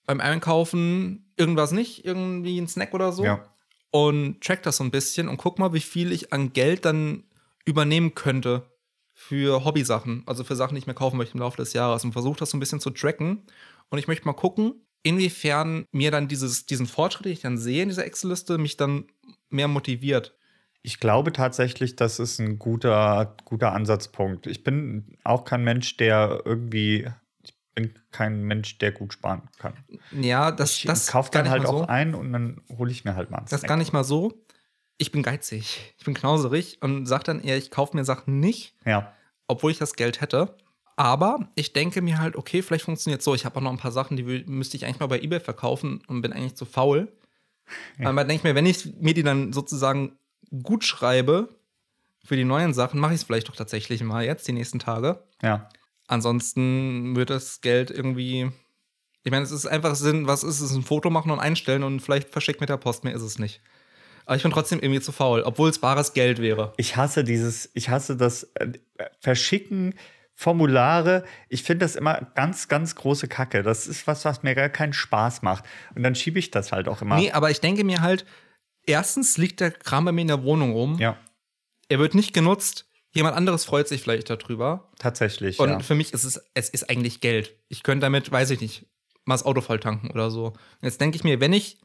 Speaker 2: beim Einkaufen irgendwas nicht, irgendwie einen Snack oder so
Speaker 1: Ja.
Speaker 2: und track das so ein bisschen und guck mal, wie viel ich an Geld dann übernehmen könnte für Hobbysachen, also für Sachen, die ich mir kaufen möchte im Laufe des Jahres und versuche das so ein bisschen zu tracken. Und ich möchte mal gucken, inwiefern mir dann dieses, diesen Fortschritt, den ich dann sehe in dieser Excel-Liste, mich dann mehr motiviert.
Speaker 1: Ich glaube tatsächlich, das ist ein guter, guter Ansatzpunkt. Ich bin auch kein Mensch, der irgendwie, ich bin kein Mensch, der gut sparen kann.
Speaker 2: Ja, das,
Speaker 1: Ich
Speaker 2: das
Speaker 1: kaufe dann
Speaker 2: gar nicht
Speaker 1: halt
Speaker 2: mal
Speaker 1: auch
Speaker 2: so.
Speaker 1: ein und dann hole ich mir halt mal einen
Speaker 2: Das
Speaker 1: Snack.
Speaker 2: gar nicht mal so. Ich bin geizig. Ich bin knauserig und sage dann eher, ich kaufe mir Sachen nicht,
Speaker 1: Ja,
Speaker 2: obwohl ich das Geld hätte. Aber ich denke mir halt, okay, vielleicht funktioniert so. Ich habe auch noch ein paar Sachen, die wü- müsste ich eigentlich mal bei eBay verkaufen und bin eigentlich zu faul.
Speaker 1: Ja.
Speaker 2: Aber denke ich mir, wenn ich mir die dann sozusagen gut schreibe für die neuen Sachen, mache ich es vielleicht doch tatsächlich mal jetzt, die nächsten Tage.
Speaker 1: ja.
Speaker 2: Ansonsten wird das Geld irgendwie. Ich meine, es ist einfach Sinn, was ist es, ein Foto machen und einstellen und vielleicht verschickt mit der Post, mehr ist es nicht. Aber ich bin trotzdem irgendwie zu faul, obwohl es bares Geld wäre.
Speaker 1: Ich hasse dieses, ich hasse das äh, Verschicken Formulare. Ich finde das immer ganz, ganz große Kacke. Das ist was, was mir gar keinen Spaß macht. Und dann schiebe ich das halt auch immer.
Speaker 2: Nee, aber ich denke mir halt, erstens liegt der Kram bei mir in der Wohnung rum.
Speaker 1: Ja,
Speaker 2: Er wird nicht genutzt. Jemand anderes freut sich vielleicht darüber.
Speaker 1: tatsächlich.
Speaker 2: Und
Speaker 1: ja.
Speaker 2: für mich ist es, es ist eigentlich Geld. Ich könnte damit, weiß ich nicht, mal das Auto voll tanken oder so. Jetzt denke ich mir, wenn ich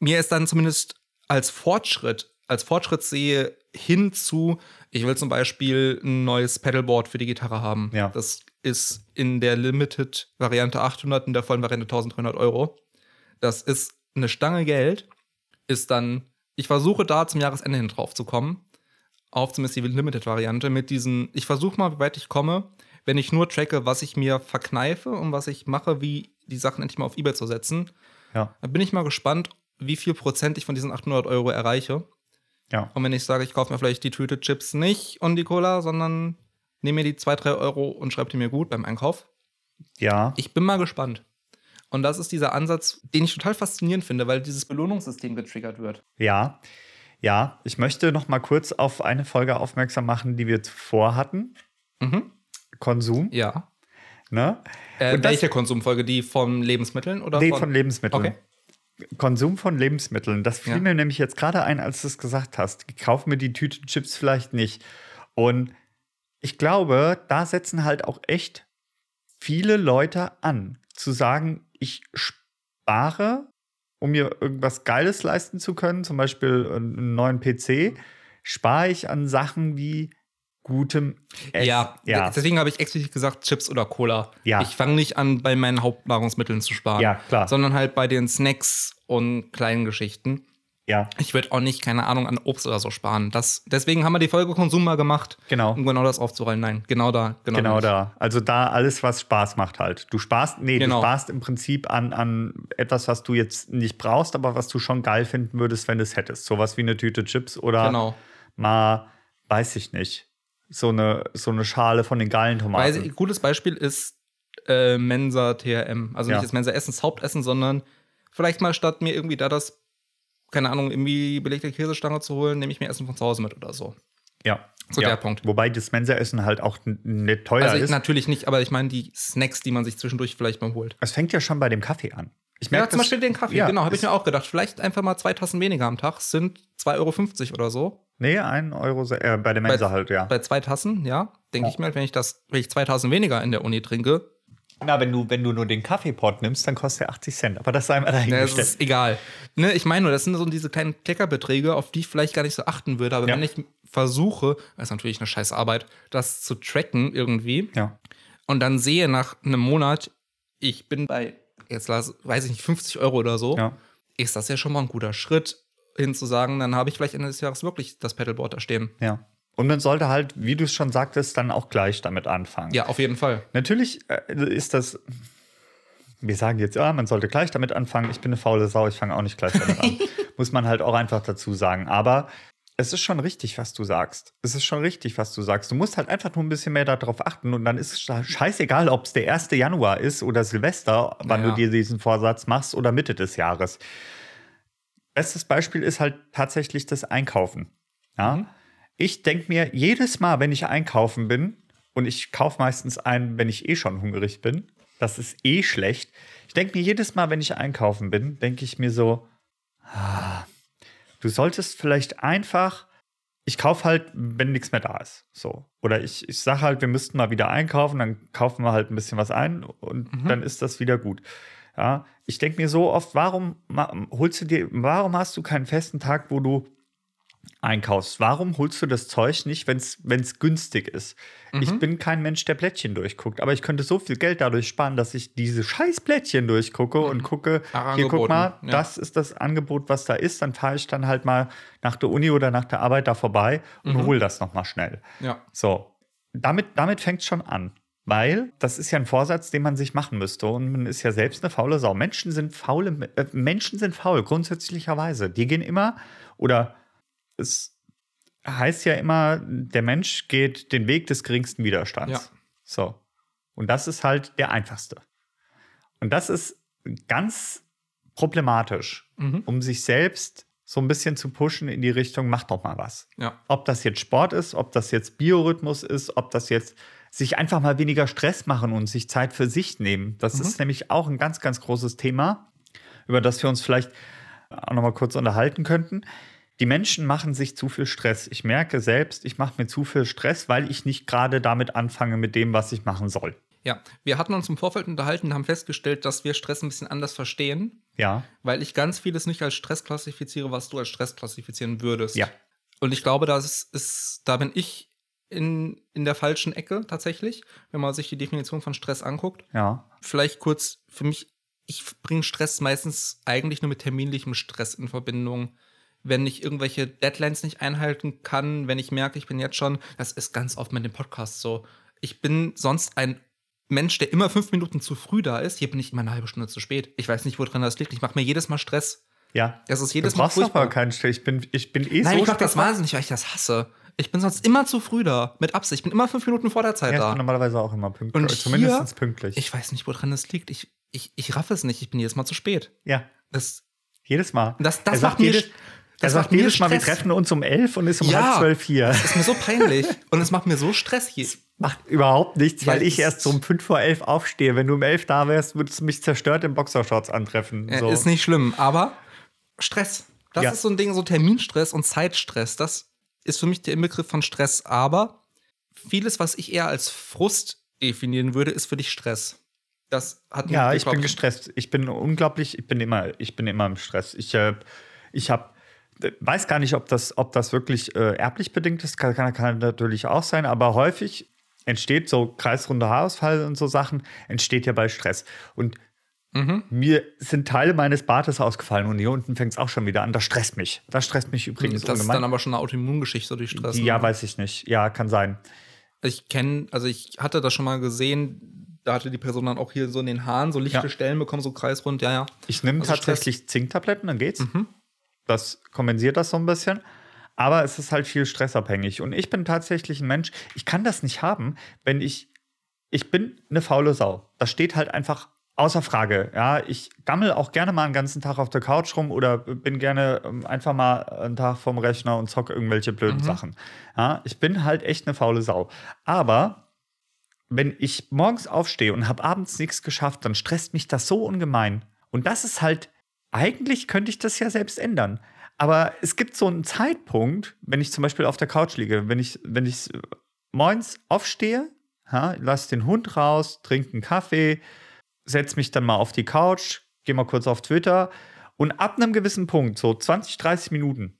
Speaker 2: mir es dann zumindest als Fortschritt, als Fortschritt sehe, hin zu, ich will zum Beispiel ein neues Pedalboard für die Gitarre haben.
Speaker 1: Ja.
Speaker 2: Das ist in der Limited-Variante 800, in der vollen Variante 1300 Euro. Das ist eine Stange Geld, ist dann, ich versuche da zum Jahresende hin drauf zu kommen, auf zumindest die Limited-Variante, mit diesen, ich versuche mal, wie weit ich komme, wenn ich nur tracke, was ich mir verkneife und was ich mache, wie die Sachen endlich mal auf Ebay zu setzen.
Speaker 1: Ja.
Speaker 2: Da bin ich mal gespannt, wie viel Prozent ich von diesen 800 Euro erreiche.
Speaker 1: Ja.
Speaker 2: Und wenn ich sage, ich kaufe mir vielleicht die Tüte Chips nicht und die Cola, sondern nehme mir die 2, 3 Euro und schreibe die mir gut beim Einkauf.
Speaker 1: ja.
Speaker 2: Ich bin mal gespannt. Und das ist dieser Ansatz, den ich total faszinierend finde, weil dieses Belohnungssystem getriggert wird.
Speaker 1: Ja, ja. Ich möchte noch mal kurz auf eine Folge aufmerksam machen, die wir zuvor hatten.
Speaker 2: Mhm.
Speaker 1: Konsum,
Speaker 2: Ja.
Speaker 1: ne?
Speaker 2: Äh,
Speaker 1: Und das-
Speaker 2: welche Konsumfolge? Die von Lebensmitteln oder
Speaker 1: Nee, von Lebensmitteln.
Speaker 2: Okay.
Speaker 1: Konsum von Lebensmitteln. Das fiel
Speaker 2: Ja.
Speaker 1: mir nämlich jetzt gerade ein, als du es gesagt hast. Kauf mir die Tüte Chips vielleicht nicht. Und ich glaube, da setzen halt auch echt viele Leute an, zu sagen, ich spare, um mir irgendwas Geiles leisten zu können, zum Beispiel äh, einen neuen PC, spare ich an Sachen wie gutem Essen.
Speaker 2: ja,
Speaker 1: äh, ja,
Speaker 2: deswegen habe ich explizit gesagt Chips oder Cola.
Speaker 1: Ja.
Speaker 2: Ich fange nicht an, bei meinen Hauptnahrungsmitteln zu sparen,
Speaker 1: ja, klar.
Speaker 2: sondern halt bei den Snacks und kleinen Geschichten.
Speaker 1: ja,
Speaker 2: Ich würde auch nicht, keine Ahnung, an Obst oder so sparen. Das, deswegen haben wir die Folge Konsum mal gemacht,
Speaker 1: genau.
Speaker 2: um genau das aufzurollen. Nein, genau da. Genau,
Speaker 1: Genau
Speaker 2: nicht.
Speaker 1: da. Also da alles, was Spaß macht halt. Du sparst, nee,
Speaker 2: Genau.
Speaker 1: du sparst im Prinzip an, an etwas, was du jetzt nicht brauchst, aber was du schon geil finden würdest, wenn du es hättest. Sowas wie eine Tüte Chips oder
Speaker 2: Genau.
Speaker 1: mal, weiß ich nicht, so eine, so eine Schale von den geilen
Speaker 2: Weil,
Speaker 1: Tomaten.
Speaker 2: ein gutes Beispiel ist äh, Mensa TRM. Also
Speaker 1: Ja.
Speaker 2: nicht das Mensa Essens Hauptessen, sondern vielleicht mal statt mir irgendwie da das, keine Ahnung, irgendwie belegte Käsestange zu holen, nehme ich mir Essen von zu Hause mit oder so.
Speaker 1: ja.
Speaker 2: So
Speaker 1: ja.
Speaker 2: der Punkt.
Speaker 1: Wobei das Mensa-Essen halt auch n- nicht teuer
Speaker 2: also ich,
Speaker 1: ist.
Speaker 2: natürlich nicht, aber ich meine die Snacks, die man sich zwischendurch vielleicht mal holt.
Speaker 1: es fängt ja schon bei dem Kaffee an. Ich
Speaker 2: Ja,
Speaker 1: merk
Speaker 2: zum
Speaker 1: das-
Speaker 2: Beispiel den Kaffee,
Speaker 1: ja,
Speaker 2: genau, habe ich
Speaker 1: ist-
Speaker 2: mir auch gedacht. Vielleicht einfach mal zwei Tassen weniger am Tag, sind 2,50 Euro oder so.
Speaker 1: Nee, 1 Euro, se- äh, bei der Mensa halt, ja.
Speaker 2: Bei zwei Tassen, ja, denke
Speaker 1: Ja.
Speaker 2: ich mir halt, wenn ich das, wenn ich zwei Tassen weniger in der Uni trinke,
Speaker 1: Na, wenn du, wenn du nur den Kaffeepot nimmst, dann kostet er 80 Cent. Aber das sei mal
Speaker 2: Ja, es
Speaker 1: dahingestellt.
Speaker 2: ist egal. Ne, ich meine nur, das sind so diese kleinen Kleckerbeträge, auf die ich vielleicht gar nicht so achten würde. Aber
Speaker 1: Ja.
Speaker 2: wenn ich versuche, das ist natürlich eine scheiß Arbeit, das zu tracken irgendwie
Speaker 1: ja.
Speaker 2: und dann sehe nach einem Monat, ich bin bei, jetzt las- weiß ich nicht, 50 Euro oder so,
Speaker 1: Ja.
Speaker 2: ist das ja schon mal ein guter Schritt, hin zu sagen, dann habe ich vielleicht Ende des Jahres wirklich das Pedalboard da stehen.
Speaker 1: Ja. Und man sollte halt, wie du es schon sagtest, dann auch gleich damit anfangen.
Speaker 2: Ja, auf jeden Fall.
Speaker 1: Natürlich äh, ist das. Wir sagen jetzt, ja, man sollte gleich damit anfangen. Ich bin eine faule Sau, ich fange auch nicht gleich damit an. Muss man halt auch einfach dazu sagen. Aber es ist schon richtig, was du sagst. Es ist schon richtig, was du sagst. Du musst halt einfach nur ein bisschen mehr darauf achten und dann ist es scha- scheißegal, ob es der 1. Januar ist oder Silvester, wann
Speaker 2: Ja.
Speaker 1: du dir diesen Vorsatz machst oder Mitte des Jahres. Bestes Beispiel ist halt tatsächlich das Einkaufen. Ja? Ich denke mir jedes Mal, wenn ich einkaufen bin, und ich kaufe meistens ein, wenn ich eh schon hungrig bin, das ist eh schlecht. Ich denke mir jedes Mal, wenn ich einkaufen bin, denke ich mir so, ah, du solltest vielleicht einfach, ich kaufe halt, wenn nichts mehr da ist. So. Oder ich, ich sage halt, wir müssten mal wieder einkaufen, dann kaufen wir halt ein bisschen was ein und
Speaker 2: Mhm.
Speaker 1: dann ist das wieder gut. Ja, ich denke mir so oft, warum ma- holst du dir, warum hast du keinen festen Tag, wo du einkaufst? Warum holst du das Zeug nicht, wenn es günstig ist? Ich bin kein Mensch, der Plättchen durchguckt, aber ich könnte so viel Geld dadurch sparen, dass ich diese scheiß Plättchen durchgucke und gucke,
Speaker 2: Nach
Speaker 1: hier guck
Speaker 2: Angeboten,
Speaker 1: mal,
Speaker 2: ja.
Speaker 1: das ist das Angebot, was da ist. Dann fahre ich dann halt mal nach der Uni oder nach der Arbeit da vorbei und
Speaker 2: Mhm.
Speaker 1: hol das nochmal schnell.
Speaker 2: Ja.
Speaker 1: So, damit, damit fängt es schon an. Weil das ist ja ein Vorsatz, den man sich machen müsste. Und man ist ja selbst eine faule Sau. Menschen sind faule, äh, Menschen sind faul, grundsätzlicherweise. Die gehen immer, oder es heißt ja immer, der Mensch geht den Weg des geringsten Widerstands.
Speaker 2: Ja.
Speaker 1: So. Und das ist halt der einfachste. Und das ist ganz problematisch,
Speaker 2: Mhm.
Speaker 1: um sich selbst so ein bisschen zu pushen in die Richtung, mach doch mal was.
Speaker 2: Ja.
Speaker 1: Ob das jetzt Sport ist, ob das jetzt Biorhythmus ist, ob das jetzt sich einfach mal weniger Stress machen und sich Zeit für sich nehmen. Das
Speaker 2: Mhm.
Speaker 1: ist nämlich auch ein ganz, ganz großes Thema, über das wir uns vielleicht auch noch mal kurz unterhalten könnten. Die Menschen machen sich zu viel Stress. Ich merke selbst, ich mache mir zu viel Stress, weil ich nicht gerade damit anfange mit dem, was ich machen soll.
Speaker 2: Ja, wir hatten uns im Vorfeld unterhalten und haben festgestellt, dass wir Stress ein bisschen anders verstehen,
Speaker 1: Ja,
Speaker 2: weil ich ganz vieles nicht als Stress klassifiziere, was du als Stress klassifizieren würdest.
Speaker 1: Ja.
Speaker 2: Und ich glaube, das ist, da bin ich in, in der falschen Ecke tatsächlich, wenn man sich die Definition von Stress anguckt.
Speaker 1: ja,
Speaker 2: Vielleicht kurz für mich, ich bringe Stress meistens eigentlich nur mit terminlichem Stress in Verbindung. Wenn ich irgendwelche Deadlines nicht einhalten kann, wenn ich merke, ich bin jetzt schon, das ist ganz oft mit dem Podcast so. Ich bin sonst ein Mensch, der immer fünf Minuten zu früh da ist. Hier bin ich immer eine halbe Stunde zu spät. Ich weiß nicht, woran das liegt. Ich mache mir jedes Mal Stress.
Speaker 1: ja.
Speaker 2: Das
Speaker 1: Du
Speaker 2: ist jedes Mal
Speaker 1: brauchst doch
Speaker 2: furchtbar.
Speaker 1: mal keinen Stress. Ich bin, ich bin eh
Speaker 2: Nein,
Speaker 1: so
Speaker 2: ich mach das
Speaker 1: stressfrei.
Speaker 2: wahnsinnig, weil ich das hasse. Ich bin sonst immer zu früh da, mit Absicht. Ich bin immer fünf Minuten vor der Zeit
Speaker 1: Ja, genau. ich
Speaker 2: da.
Speaker 1: bin normalerweise auch immer pünktlich.
Speaker 2: Und
Speaker 1: oder Zumindest
Speaker 2: hier-
Speaker 1: pünktlich.
Speaker 2: Ich weiß nicht, woran das liegt. Ich, ich, ich raff es nicht. Ich bin jedes Mal zu spät.
Speaker 1: ja,
Speaker 2: Das,
Speaker 1: jedes Mal.
Speaker 2: das,
Speaker 1: Er
Speaker 2: das
Speaker 1: sagt
Speaker 2: macht mir,
Speaker 1: jedes- er
Speaker 2: das
Speaker 1: sagt
Speaker 2: macht mir
Speaker 1: jedes Mal, wir
Speaker 2: Stress.
Speaker 1: treffen uns um elf und ist um
Speaker 2: Ja.
Speaker 1: halb zwölf hier.
Speaker 2: Das ist mir so peinlich. Und es macht mir so Stress hier.
Speaker 1: Macht überhaupt nichts,
Speaker 2: Ja,
Speaker 1: weil ich
Speaker 2: das-
Speaker 1: erst so um fünf vor elf aufstehe. Wenn du um elf da wärst, würdest du mich zerstört in Boxershorts antreffen.
Speaker 2: Äh,
Speaker 1: So.
Speaker 2: Ist nicht schlimm, aber Stress. Das
Speaker 1: Ja.
Speaker 2: ist so ein Ding, so Terminstress und Zeitstress. Das ist für mich der Inbegriff von Stress. Aber vieles, was ich eher als Frust definieren würde, ist für dich Stress. Das hat mich,
Speaker 1: Ja, ich
Speaker 2: glaub
Speaker 1: bin gestresst. Ich bin unglaublich, ich bin immer, ich bin immer im Stress. Ich, äh, ich habe weiß gar nicht, ob das, ob das wirklich äh, erblich bedingt ist. Kann, kann, kann natürlich auch sein, aber häufig entsteht so kreisrunder Haarausfall und so Sachen, entsteht ja bei Stress. Und
Speaker 2: Mhm.
Speaker 1: mir sind Teile meines Bartes ausgefallen und hier unten fängt es auch schon wieder an. Das stresst mich. Das stresst mich übrigens
Speaker 2: Das ist dann
Speaker 1: ungemein.
Speaker 2: aber schon eine Autoimmungeschichte so durch Stress.
Speaker 1: ja,
Speaker 2: ne?
Speaker 1: weiß ich nicht. Ja, kann sein.
Speaker 2: Ich kenne, also ich hatte das schon mal gesehen, da hatte die Person dann auch hier so in den Haaren so lichte
Speaker 1: Ja.
Speaker 2: Stellen bekommen, so kreisrund, ja, Mhm. ja.
Speaker 1: Ich nehme
Speaker 2: Also Stress-
Speaker 1: tatsächlich Zinktabletten, dann geht's. Das kompensiert das so ein bisschen. Aber es ist halt viel stressabhängig. Und ich bin tatsächlich ein Mensch, ich kann das nicht haben, wenn ich. Ich bin eine faule Sau. Das steht halt einfach außer Frage. Ja, ich gammel auch gerne mal einen ganzen Tag auf der Couch rum oder bin gerne ähm, einfach mal einen Tag vorm Rechner und zocke irgendwelche blöden Sachen. Ja, ich bin halt echt eine faule Sau. Aber wenn ich morgens aufstehe und habe abends nichts geschafft, dann stresst mich das so ungemein. Und das ist halt, eigentlich könnte ich das ja selbst ändern. Aber es gibt so einen Zeitpunkt, wenn ich zum Beispiel auf der Couch liege, wenn ich, wenn ich morgens aufstehe, ja, lass den Hund raus, trinke einen Kaffee, setze mich dann mal auf die Couch, gehe mal kurz auf Twitter und ab einem gewissen Punkt, so 20, 30 Minuten,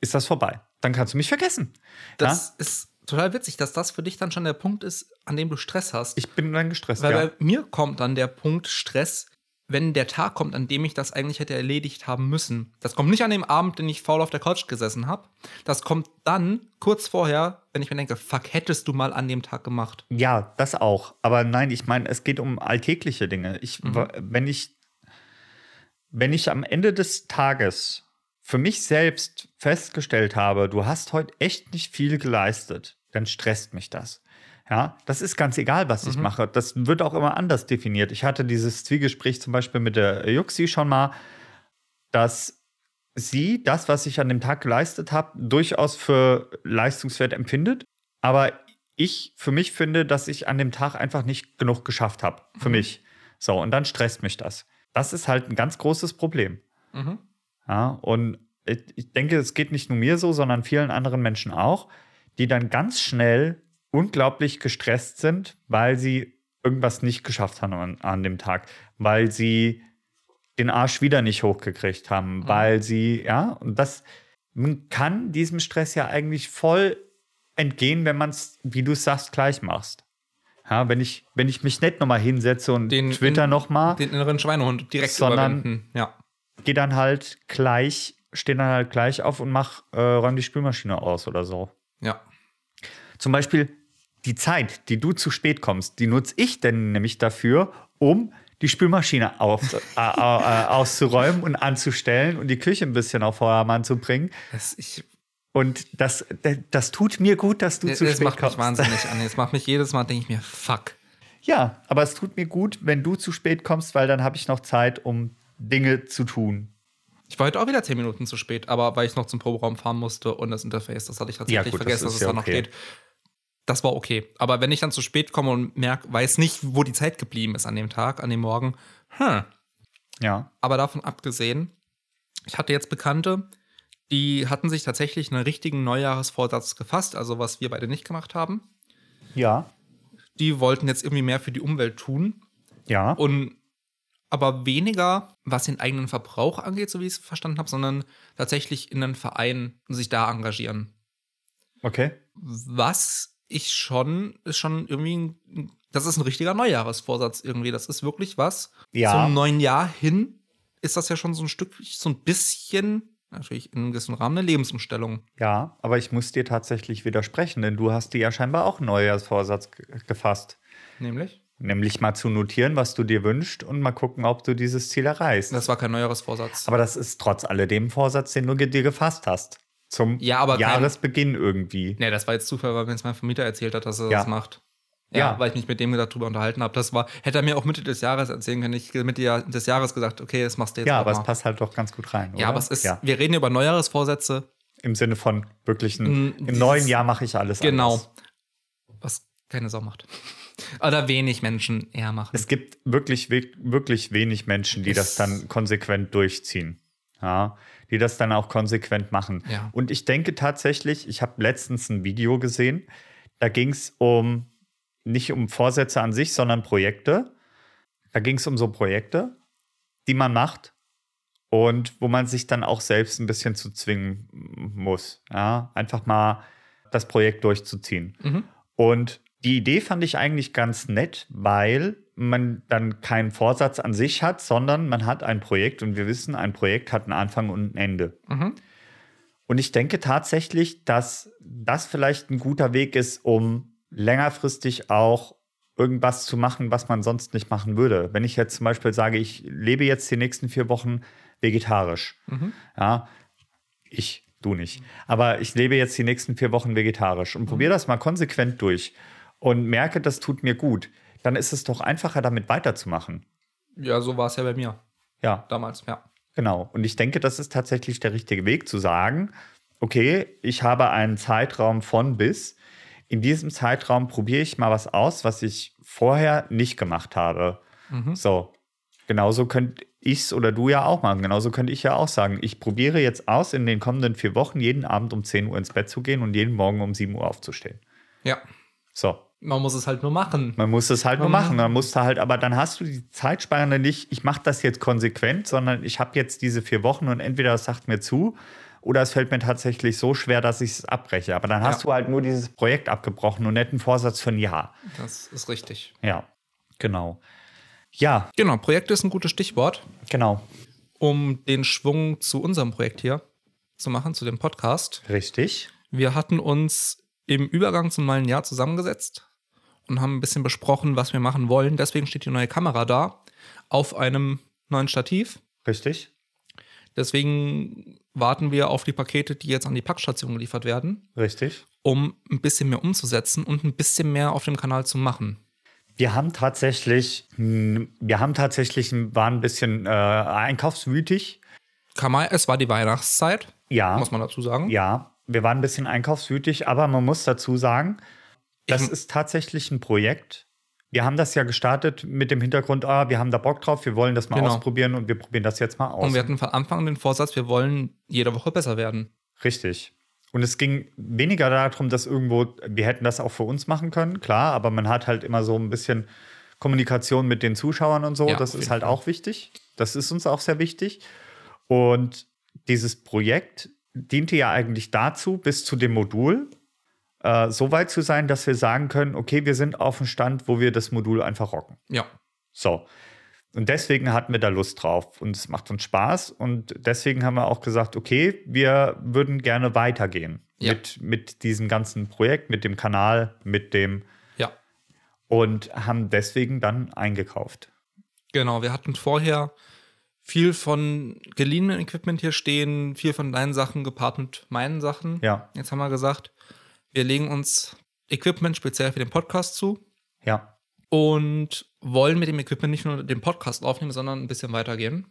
Speaker 1: ist das vorbei. Dann kannst du mich vergessen. Mhm. ja?
Speaker 2: Das ist total witzig, dass das für dich dann schon der Punkt ist, an dem du Stress hast.
Speaker 1: Ich bin dann gestresst.
Speaker 2: Weil
Speaker 1: ja.
Speaker 2: bei mir kommt dann der Punkt Stress, wenn der Tag kommt, an dem ich das eigentlich hätte erledigt haben müssen. Das kommt nicht an dem Abend, den ich faul auf der Couch gesessen habe. Das kommt dann kurz vorher, wenn ich mir denke, fuck, hättest du mal an dem Tag gemacht.
Speaker 1: Ja, das auch. Aber nein, ich meine, es geht um alltägliche Dinge. Ich, wa- wenn ich, wenn ich am Ende des Tages für mich selbst festgestellt habe, du hast heute echt nicht viel geleistet, dann stresst mich das. Ja, das ist ganz egal, was ich mache. Das wird auch immer anders definiert. Ich hatte dieses Zwiegespräch zum Beispiel mit der Juxi schon mal, dass sie das, was ich an dem Tag geleistet habe, durchaus für leistungswert empfindet. Aber ich für mich finde, dass ich an dem Tag einfach nicht genug geschafft habe. Für mich. So, und dann stresst mich das. Das ist halt ein ganz großes Problem.
Speaker 2: Mhm.
Speaker 1: Ja, und ich, ich denke, es geht nicht nur mir so, sondern vielen anderen Menschen auch, die dann ganz schnell unglaublich gestresst sind, weil sie irgendwas nicht geschafft haben an, an dem Tag, weil sie den Arsch wieder nicht hochgekriegt haben,
Speaker 2: Mhm.
Speaker 1: weil sie, ja, und das, man kann diesem Stress ja eigentlich voll entgehen, wenn man es, wie du es sagst, gleich machst. Ja, wenn ich, wenn ich mich nicht nochmal hinsetze und
Speaker 2: Den-
Speaker 1: Twitter nochmal
Speaker 2: Den inneren Schweinehund direkt
Speaker 1: Sondern-
Speaker 2: überwinden. Ja.
Speaker 1: gehe dann halt gleich, stehe dann halt gleich auf und mach, äh, räum die Spülmaschine aus oder so.
Speaker 2: Ja.
Speaker 1: Zum Beispiel die Zeit, die du zu spät kommst, die nutze ich denn nämlich dafür, um die Spülmaschine auf, äh, äh, äh, auszuräumen und anzustellen und die Küche ein bisschen auf Vordermann zu bringen.
Speaker 2: Das, ich,
Speaker 1: Und das, das- das tut mir gut, dass du
Speaker 2: das
Speaker 1: zu spät
Speaker 2: macht mich
Speaker 1: kommst.
Speaker 2: wahnsinnig an. Das macht mich jedes Mal, denke ich mir, fuck.
Speaker 1: Ja, aber es tut mir gut, wenn du zu spät kommst, weil dann habe ich noch Zeit, um Dinge zu tun.
Speaker 2: Ich war heute auch wieder 10 Minuten zu spät, aber weil ich noch zum Proberaum fahren musste und das Interface, das hatte ich tatsächlich
Speaker 1: Ja, gut, das
Speaker 2: vergessen, dass
Speaker 1: ist
Speaker 2: es
Speaker 1: ja
Speaker 2: da noch
Speaker 1: okay.
Speaker 2: steht. Das war okay. Aber wenn ich dann zu spät komme und merke, weiß nicht, wo die Zeit geblieben ist an dem Tag, an dem Morgen, hm,
Speaker 1: Ja.
Speaker 2: aber davon abgesehen, ich hatte jetzt Bekannte, die hatten sich tatsächlich einen richtigen Neujahresvorsatz gefasst, also was wir beide nicht gemacht haben.
Speaker 1: Ja.
Speaker 2: Die wollten jetzt irgendwie mehr für die Umwelt tun
Speaker 1: Ja.
Speaker 2: und aber weniger, was den eigenen Verbrauch angeht, so wie ich es verstanden habe, sondern tatsächlich in einen Verein und sich da engagieren.
Speaker 1: Okay.
Speaker 2: Was ich schon, ist schon irgendwie, ein, das ist ein richtiger Neujahresvorsatz irgendwie. Das ist wirklich was,
Speaker 1: Ja.
Speaker 2: zum neuen Jahr hin ist das ja schon so ein Stück, so ein bisschen, natürlich in einem gewissen Rahmen, eine Lebensumstellung.
Speaker 1: Ja, aber ich muss dir tatsächlich widersprechen, denn du hast dir ja scheinbar auch einen Neujahrsvorsatz ge- gefasst.
Speaker 2: Nämlich?
Speaker 1: Nämlich mal zu notieren, was du dir wünschst und mal gucken, ob du dieses Ziel erreichst.
Speaker 2: Das war kein Neujahresvorsatz.
Speaker 1: aber das ist trotz alledem ein Vorsatz, den du ge- dir gefasst hast. Zum
Speaker 2: Ja, aber kein-
Speaker 1: Jahresbeginn irgendwie.
Speaker 2: nee, das war jetzt Zufall, weil mir jetzt mein Vermieter erzählt hat, dass er
Speaker 1: Ja.
Speaker 2: das macht. Ja,
Speaker 1: Ja.
Speaker 2: weil ich mich mit dem darüber unterhalten habe. Das war, hätte er mir auch Mitte des Jahres erzählen können. Ich hätte Mitte ja- des Jahres gesagt, okay, das machst du jetzt
Speaker 1: Ja,
Speaker 2: auch
Speaker 1: aber es
Speaker 2: mal.
Speaker 1: passt halt doch ganz gut rein. Oder?
Speaker 2: Ja, aber es ist,
Speaker 1: Ja,
Speaker 2: wir reden über Neujahresvorsätze.
Speaker 1: Im Sinne von wirklich, ein,
Speaker 2: Mm,
Speaker 1: im
Speaker 2: dieses-
Speaker 1: neuen Jahr mache ich alles
Speaker 2: Genau.
Speaker 1: anders.
Speaker 2: Was keine Sau macht. Oder wenig Menschen eher machen.
Speaker 1: Es gibt wirklich, we- wirklich wenig Menschen, die das
Speaker 2: Es-
Speaker 1: dann konsequent durchziehen. Ja, die das dann auch konsequent machen.
Speaker 2: Ja.
Speaker 1: Und ich denke tatsächlich, ich habe letztens ein Video gesehen, da ging es um nicht um Vorsätze an sich, sondern Projekte. Da ging es um so Projekte, die man macht und wo man sich dann auch selbst ein bisschen zu zwingen muss. Ja, einfach mal das Projekt durchzuziehen.
Speaker 2: Mhm.
Speaker 1: Und die Idee fand ich eigentlich ganz nett, weil man dann keinen Vorsatz an sich hat, sondern man hat ein Projekt und wir wissen, ein Projekt hat einen Anfang und ein Ende.
Speaker 2: Mhm.
Speaker 1: Und ich denke tatsächlich, dass das vielleicht ein guter Weg ist, um längerfristig auch irgendwas zu machen, was man sonst nicht machen würde. Wenn ich jetzt zum Beispiel sage, ich lebe jetzt die nächsten vier Wochen vegetarisch.
Speaker 2: Mhm.
Speaker 1: Ja, ich, du nicht. Aber ich lebe jetzt die nächsten vier Wochen vegetarisch und probiere das mal konsequent durch und merke, das tut mir gut. Dann ist es doch einfacher, damit weiterzumachen.
Speaker 2: Ja, so war es ja bei mir
Speaker 1: Ja,
Speaker 2: damals, ja.
Speaker 1: Genau. Und ich denke, das ist tatsächlich der richtige Weg zu sagen, okay, ich habe einen Zeitraum von bis. In diesem Zeitraum probiere ich mal was aus, was ich vorher nicht gemacht habe. Mhm. So. Genauso könnt ich's oder du ja auch machen. Genauso könnte ich ja auch sagen, ich probiere jetzt aus, in den kommenden vier Wochen jeden Abend um 10 Uhr ins Bett zu gehen und jeden Morgen um 7 Uhr aufzustehen.
Speaker 2: Ja,
Speaker 1: So.
Speaker 2: man muss es halt nur machen.
Speaker 1: Man muss es halt nur
Speaker 2: Man-
Speaker 1: machen. Man muss da halt, aber dann hast du die Zeitspanne nicht, ich mache das jetzt konsequent, sondern ich habe jetzt diese vier Wochen und entweder es sagt mir zu oder es fällt mir tatsächlich so schwer, dass ich es abbreche. Aber dann hast
Speaker 2: Ja.
Speaker 1: du halt nur dieses Projekt abgebrochen und netten Vorsatz für ein Jahr.
Speaker 2: Das ist richtig.
Speaker 1: Ja, genau. Ja,
Speaker 2: Genau, Projekte ist ein gutes Stichwort,
Speaker 1: genau.
Speaker 2: um den Schwung zu unserem Projekt hier zu machen, zu dem Podcast.
Speaker 1: Richtig.
Speaker 2: Wir hatten uns im Übergang zum neuen Jahr zusammengesetzt und haben ein bisschen besprochen, was wir machen wollen. Deswegen steht die neue Kamera da auf einem neuen Stativ.
Speaker 1: Richtig.
Speaker 2: Deswegen warten wir auf die Pakete, die jetzt an die Packstation geliefert werden,
Speaker 1: Richtig.
Speaker 2: um ein bisschen mehr umzusetzen und ein bisschen mehr auf dem Kanal zu machen.
Speaker 1: Wir haben tatsächlich, hm, wir haben tatsächlich, waren ein bisschen äh, einkaufswütig.
Speaker 2: Kamal, es war die Weihnachtszeit,
Speaker 1: Ja.
Speaker 2: muss man dazu sagen.
Speaker 1: Ja, wir waren ein bisschen einkaufswütig, aber man muss dazu sagen, das
Speaker 2: Ich-
Speaker 1: ist tatsächlich ein Projekt. Wir haben das ja gestartet mit dem Hintergrund, ah, wir haben da Bock drauf, wir wollen das mal
Speaker 2: Genau.
Speaker 1: ausprobieren und wir probieren das jetzt mal aus.
Speaker 2: Und wir hatten von Anfang an den Vorsatz, wir wollen jede Woche besser werden.
Speaker 1: Richtig. Und es ging weniger darum, dass irgendwo, wir hätten das auch für uns machen können, klar, aber man hat halt immer so ein bisschen Kommunikation mit den Zuschauern und so.
Speaker 2: Ja,
Speaker 1: das
Speaker 2: auf
Speaker 1: ist
Speaker 2: jeden
Speaker 1: halt
Speaker 2: Fall.
Speaker 1: auch wichtig. Das ist uns auch sehr wichtig. Und dieses Projekt diente ja eigentlich dazu, bis zu dem Modul äh, so weit zu sein, dass wir sagen können, okay, wir sind auf dem Stand, wo wir das Modul einfach rocken.
Speaker 2: Ja,
Speaker 1: So. Und deswegen hatten wir da Lust drauf und es macht uns Spaß und deswegen haben wir auch gesagt, okay, wir würden gerne weitergehen
Speaker 2: Ja.
Speaker 1: mit, mit diesem ganzen Projekt, mit dem Kanal, mit dem
Speaker 2: ja.
Speaker 1: und haben deswegen dann eingekauft.
Speaker 2: Genau, wir hatten vorher viel von geliehenem Equipment hier stehen, viel von deinen Sachen gepaart mit meinen Sachen.
Speaker 1: Ja,
Speaker 2: Jetzt haben wir gesagt, wir legen uns Equipment speziell für den Podcast zu
Speaker 1: ja,
Speaker 2: und wollen mit dem Equipment nicht nur den Podcast aufnehmen, sondern ein bisschen weitergehen.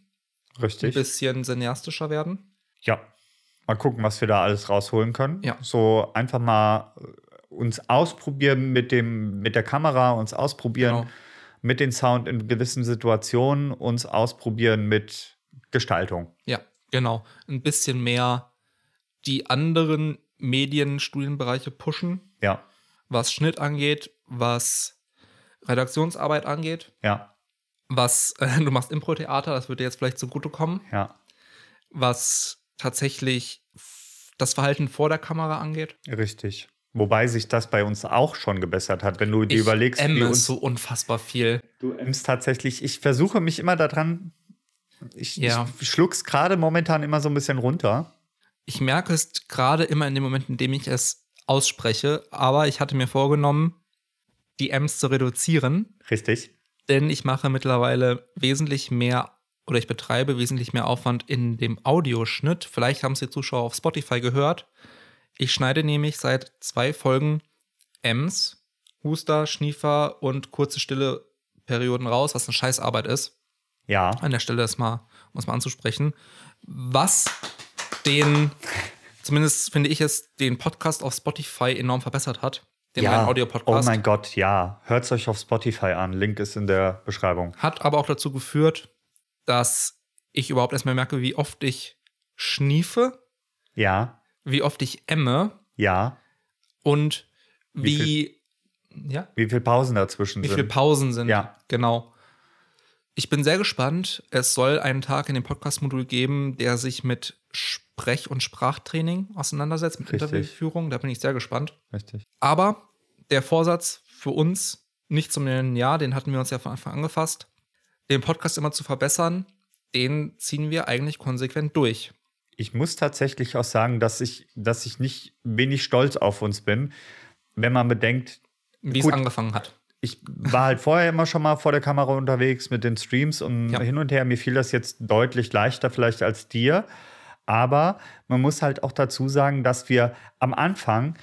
Speaker 2: ein
Speaker 1: Richtig.
Speaker 2: bisschen cineastischer werden.
Speaker 1: Ja. Mal gucken, was wir da alles rausholen können.
Speaker 2: Ja.
Speaker 1: So einfach mal äh, uns ausprobieren mit dem, mit der Kamera, uns ausprobieren
Speaker 2: Genau.
Speaker 1: mit dem Sound in gewissen Situationen, uns ausprobieren mit Gestaltung.
Speaker 2: Ja, genau. Ein bisschen mehr die anderen Medienstudienbereiche pushen,
Speaker 1: Ja,
Speaker 2: was Schnitt angeht, was Redaktionsarbeit angeht,
Speaker 1: ja,
Speaker 2: was äh, du machst Impro-Theater, das würde dir jetzt vielleicht zugutekommen,
Speaker 1: ja.
Speaker 2: was tatsächlich f- das Verhalten vor der Kamera angeht.
Speaker 1: Richtig. Wobei sich das bei uns auch schon gebessert hat, wenn du dir überlegst,
Speaker 2: ich
Speaker 1: wie
Speaker 2: emme
Speaker 1: uns
Speaker 2: so unfassbar viel.
Speaker 1: Du ämmst tatsächlich, ich versuche mich immer daran, ich,
Speaker 2: Ja.
Speaker 1: ich schluck's gerade momentan immer so ein bisschen runter.
Speaker 2: Ich merke es gerade immer in dem Moment, in dem ich es ausspreche, aber ich hatte mir vorgenommen, die M's zu reduzieren.
Speaker 1: Richtig.
Speaker 2: denn ich mache mittlerweile wesentlich mehr oder ich betreibe wesentlich mehr Aufwand in dem Audioschnitt. Vielleicht haben es die Zuschauer auf Spotify gehört. Ich schneide nämlich seit zwei Folgen Ms, Huster, Schniefer und kurze Stille Perioden raus, was eine Scheißarbeit ist.
Speaker 1: Ja.
Speaker 2: An der Stelle das mal, um es mal anzusprechen. Was den, zumindest finde ich es, den Podcast auf Spotify enorm verbessert hat. Den
Speaker 1: ja.
Speaker 2: reinen
Speaker 1: Oh
Speaker 2: Audio-Podcast.
Speaker 1: mein Gott, ja. Hört's euch auf Spotify an. Link ist in der Beschreibung.
Speaker 2: Hat aber auch dazu geführt, dass ich überhaupt erstmal merke, wie oft ich schniefe,
Speaker 1: Ja,
Speaker 2: wie oft ich emme
Speaker 1: ja.
Speaker 2: und
Speaker 1: Wie
Speaker 2: wie, ja,
Speaker 1: Wie viele Pausen dazwischen
Speaker 2: wie
Speaker 1: sind.
Speaker 2: viele Pausen sind.
Speaker 1: Ja.
Speaker 2: Genau. Ich bin sehr gespannt. Es soll einen Tag in dem Podcast-Modul geben, der sich mit Sprech- und Sprachtraining auseinandersetzt, mit
Speaker 1: Richtig.
Speaker 2: Interviewführung. Da bin ich sehr gespannt.
Speaker 1: Richtig.
Speaker 2: Aber der Vorsatz für uns, nicht zum neuen Jahr, den hatten wir uns ja von Anfang an gefasst, den Podcast immer zu verbessern, den ziehen wir eigentlich konsequent durch.
Speaker 1: ich muss tatsächlich auch sagen, dass ich, dass ich nicht wenig stolz auf uns bin, wenn man bedenkt,
Speaker 2: Wie es
Speaker 1: Gut.
Speaker 2: angefangen hat.
Speaker 1: ich war halt vorher immer schon mal vor der Kamera unterwegs mit den Streams und
Speaker 2: Ja.
Speaker 1: hin und her. Mir fiel das jetzt deutlich leichter vielleicht als dir. Aber man muss halt auch dazu sagen, dass wir am Anfang,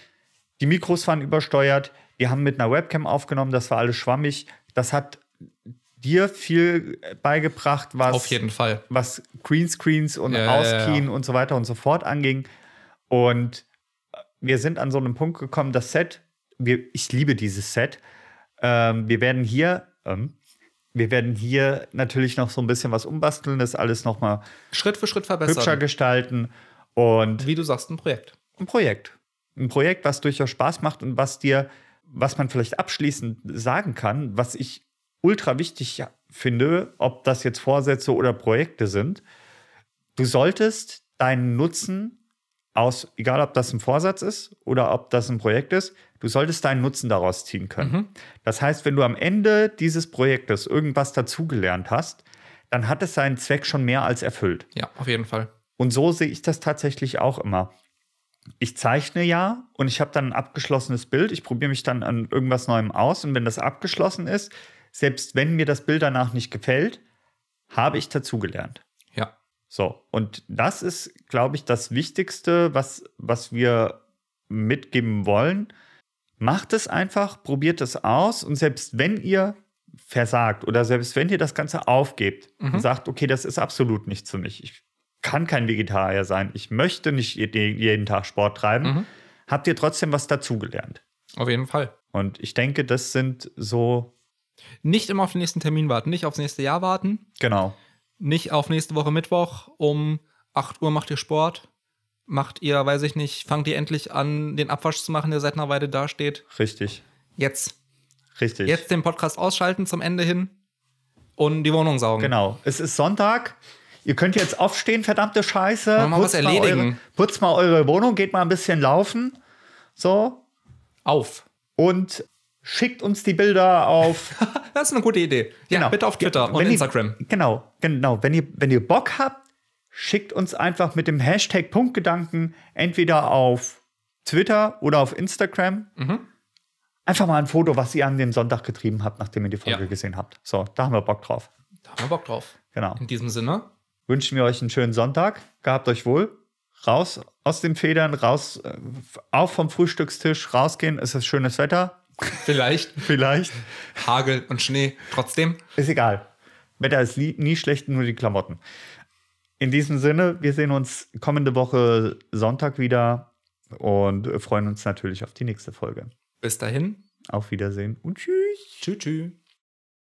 Speaker 1: die Mikros waren übersteuert, wir haben mit einer Webcam aufgenommen, das war alles schwammig. Das hat dir viel beigebracht, was
Speaker 2: Auf jeden Fall.
Speaker 1: was Greenscreens und
Speaker 2: Ja, ja, ja,
Speaker 1: Auskeen und so weiter und so fort anging. Und äh, wir sind an so einem Punkt gekommen, das Set, wir, ich liebe dieses Set. Ähm, wir werden hier, ähm, wir werden hier natürlich noch so ein bisschen was umbasteln, das alles nochmal
Speaker 2: Schritt für Schritt
Speaker 1: hübscher
Speaker 2: verbessern.
Speaker 1: gestalten. Und
Speaker 2: Wie du sagst, ein Projekt.
Speaker 1: ein Projekt. Ein Projekt, was durchaus Spaß macht und was dir, was man vielleicht abschließend sagen kann, was ich ultra wichtig finde, ob das jetzt Vorsätze oder Projekte sind. Du solltest deinen Nutzen aus, egal ob das ein Vorsatz ist oder ob das ein Projekt ist, du solltest deinen Nutzen daraus ziehen können. Das heißt, wenn du am Ende dieses Projektes irgendwas dazugelernt hast, dann hat es seinen Zweck schon mehr als erfüllt.
Speaker 2: Ja, auf jeden Fall.
Speaker 1: Und so sehe ich das tatsächlich auch immer. Ich zeichne ja und ich habe dann ein abgeschlossenes Bild. Ich probiere mich dann an irgendwas Neuem aus. Und wenn das abgeschlossen ist, selbst wenn mir das Bild danach nicht gefällt, habe ich dazugelernt.
Speaker 2: Ja.
Speaker 1: So, und das ist, glaube ich, das Wichtigste, was, was wir mitgeben wollen. Macht es einfach, probiert es aus und selbst wenn ihr versagt oder selbst wenn ihr das Ganze aufgebt
Speaker 2: Mhm.
Speaker 1: und sagt, okay, das ist absolut nichts für mich, ich kann kein Vegetarier sein, ich möchte nicht je- jeden Tag Sport treiben,
Speaker 2: Mhm.
Speaker 1: habt ihr trotzdem was dazugelernt.
Speaker 2: Auf jeden Fall.
Speaker 1: Und ich denke, das sind so,
Speaker 2: Nicht immer auf den nächsten Termin warten, nicht aufs nächste Jahr warten,
Speaker 1: genau,
Speaker 2: nicht auf nächste Woche Mittwoch um 8 Uhr macht ihr Sport, macht ihr, weiß ich nicht, fangt ihr endlich an, den Abwasch zu machen, der seit einer Weile dasteht.
Speaker 1: richtig,
Speaker 2: Jetzt.
Speaker 1: richtig.
Speaker 2: Jetzt den Podcast ausschalten zum Ende hin und die Wohnung saugen.
Speaker 1: Genau. Es ist Sonntag. Ihr könnt jetzt aufstehen, verdammte Scheiße.
Speaker 2: Wollen wir mal was erledigen?
Speaker 1: Mal eure, putzt mal eure Wohnung, geht mal ein bisschen laufen. So.
Speaker 2: Auf.
Speaker 1: Und schickt uns die Bilder auf.
Speaker 2: Das ist eine gute Idee. Ja,
Speaker 1: Genau.
Speaker 2: bitte auf Twitter und
Speaker 1: Wenn ihr-
Speaker 2: Instagram.
Speaker 1: Genau, genau. Wenn ihr, wenn ihr Bock habt, schickt uns einfach mit dem Hashtag Punktgedanken entweder auf Twitter oder auf Instagram.
Speaker 2: Mhm.
Speaker 1: Einfach mal ein Foto, was ihr an dem Sonntag getrieben habt, nachdem ihr die Folge
Speaker 2: Ja.
Speaker 1: gesehen habt. So, da haben wir Bock drauf.
Speaker 2: Da haben wir Bock drauf.
Speaker 1: Genau.
Speaker 2: In diesem Sinne,
Speaker 1: wünschen wir euch einen schönen Sonntag. Gehabt euch wohl. Raus aus den Federn, raus, äh, auf vom Frühstückstisch, rausgehen. Es ist schönes Wetter.
Speaker 2: vielleicht
Speaker 1: Vielleicht.
Speaker 2: Hagel und Schnee. Trotzdem,
Speaker 1: Ist egal. Wetter ist nie, nie schlecht, nur die Klamotten. In diesem Sinne, wir sehen uns kommende Woche Sonntag wieder und freuen uns natürlich auf die nächste Folge.
Speaker 2: Bis dahin,
Speaker 1: Auf Wiedersehen und tschüss.
Speaker 2: tschüss, tschüss.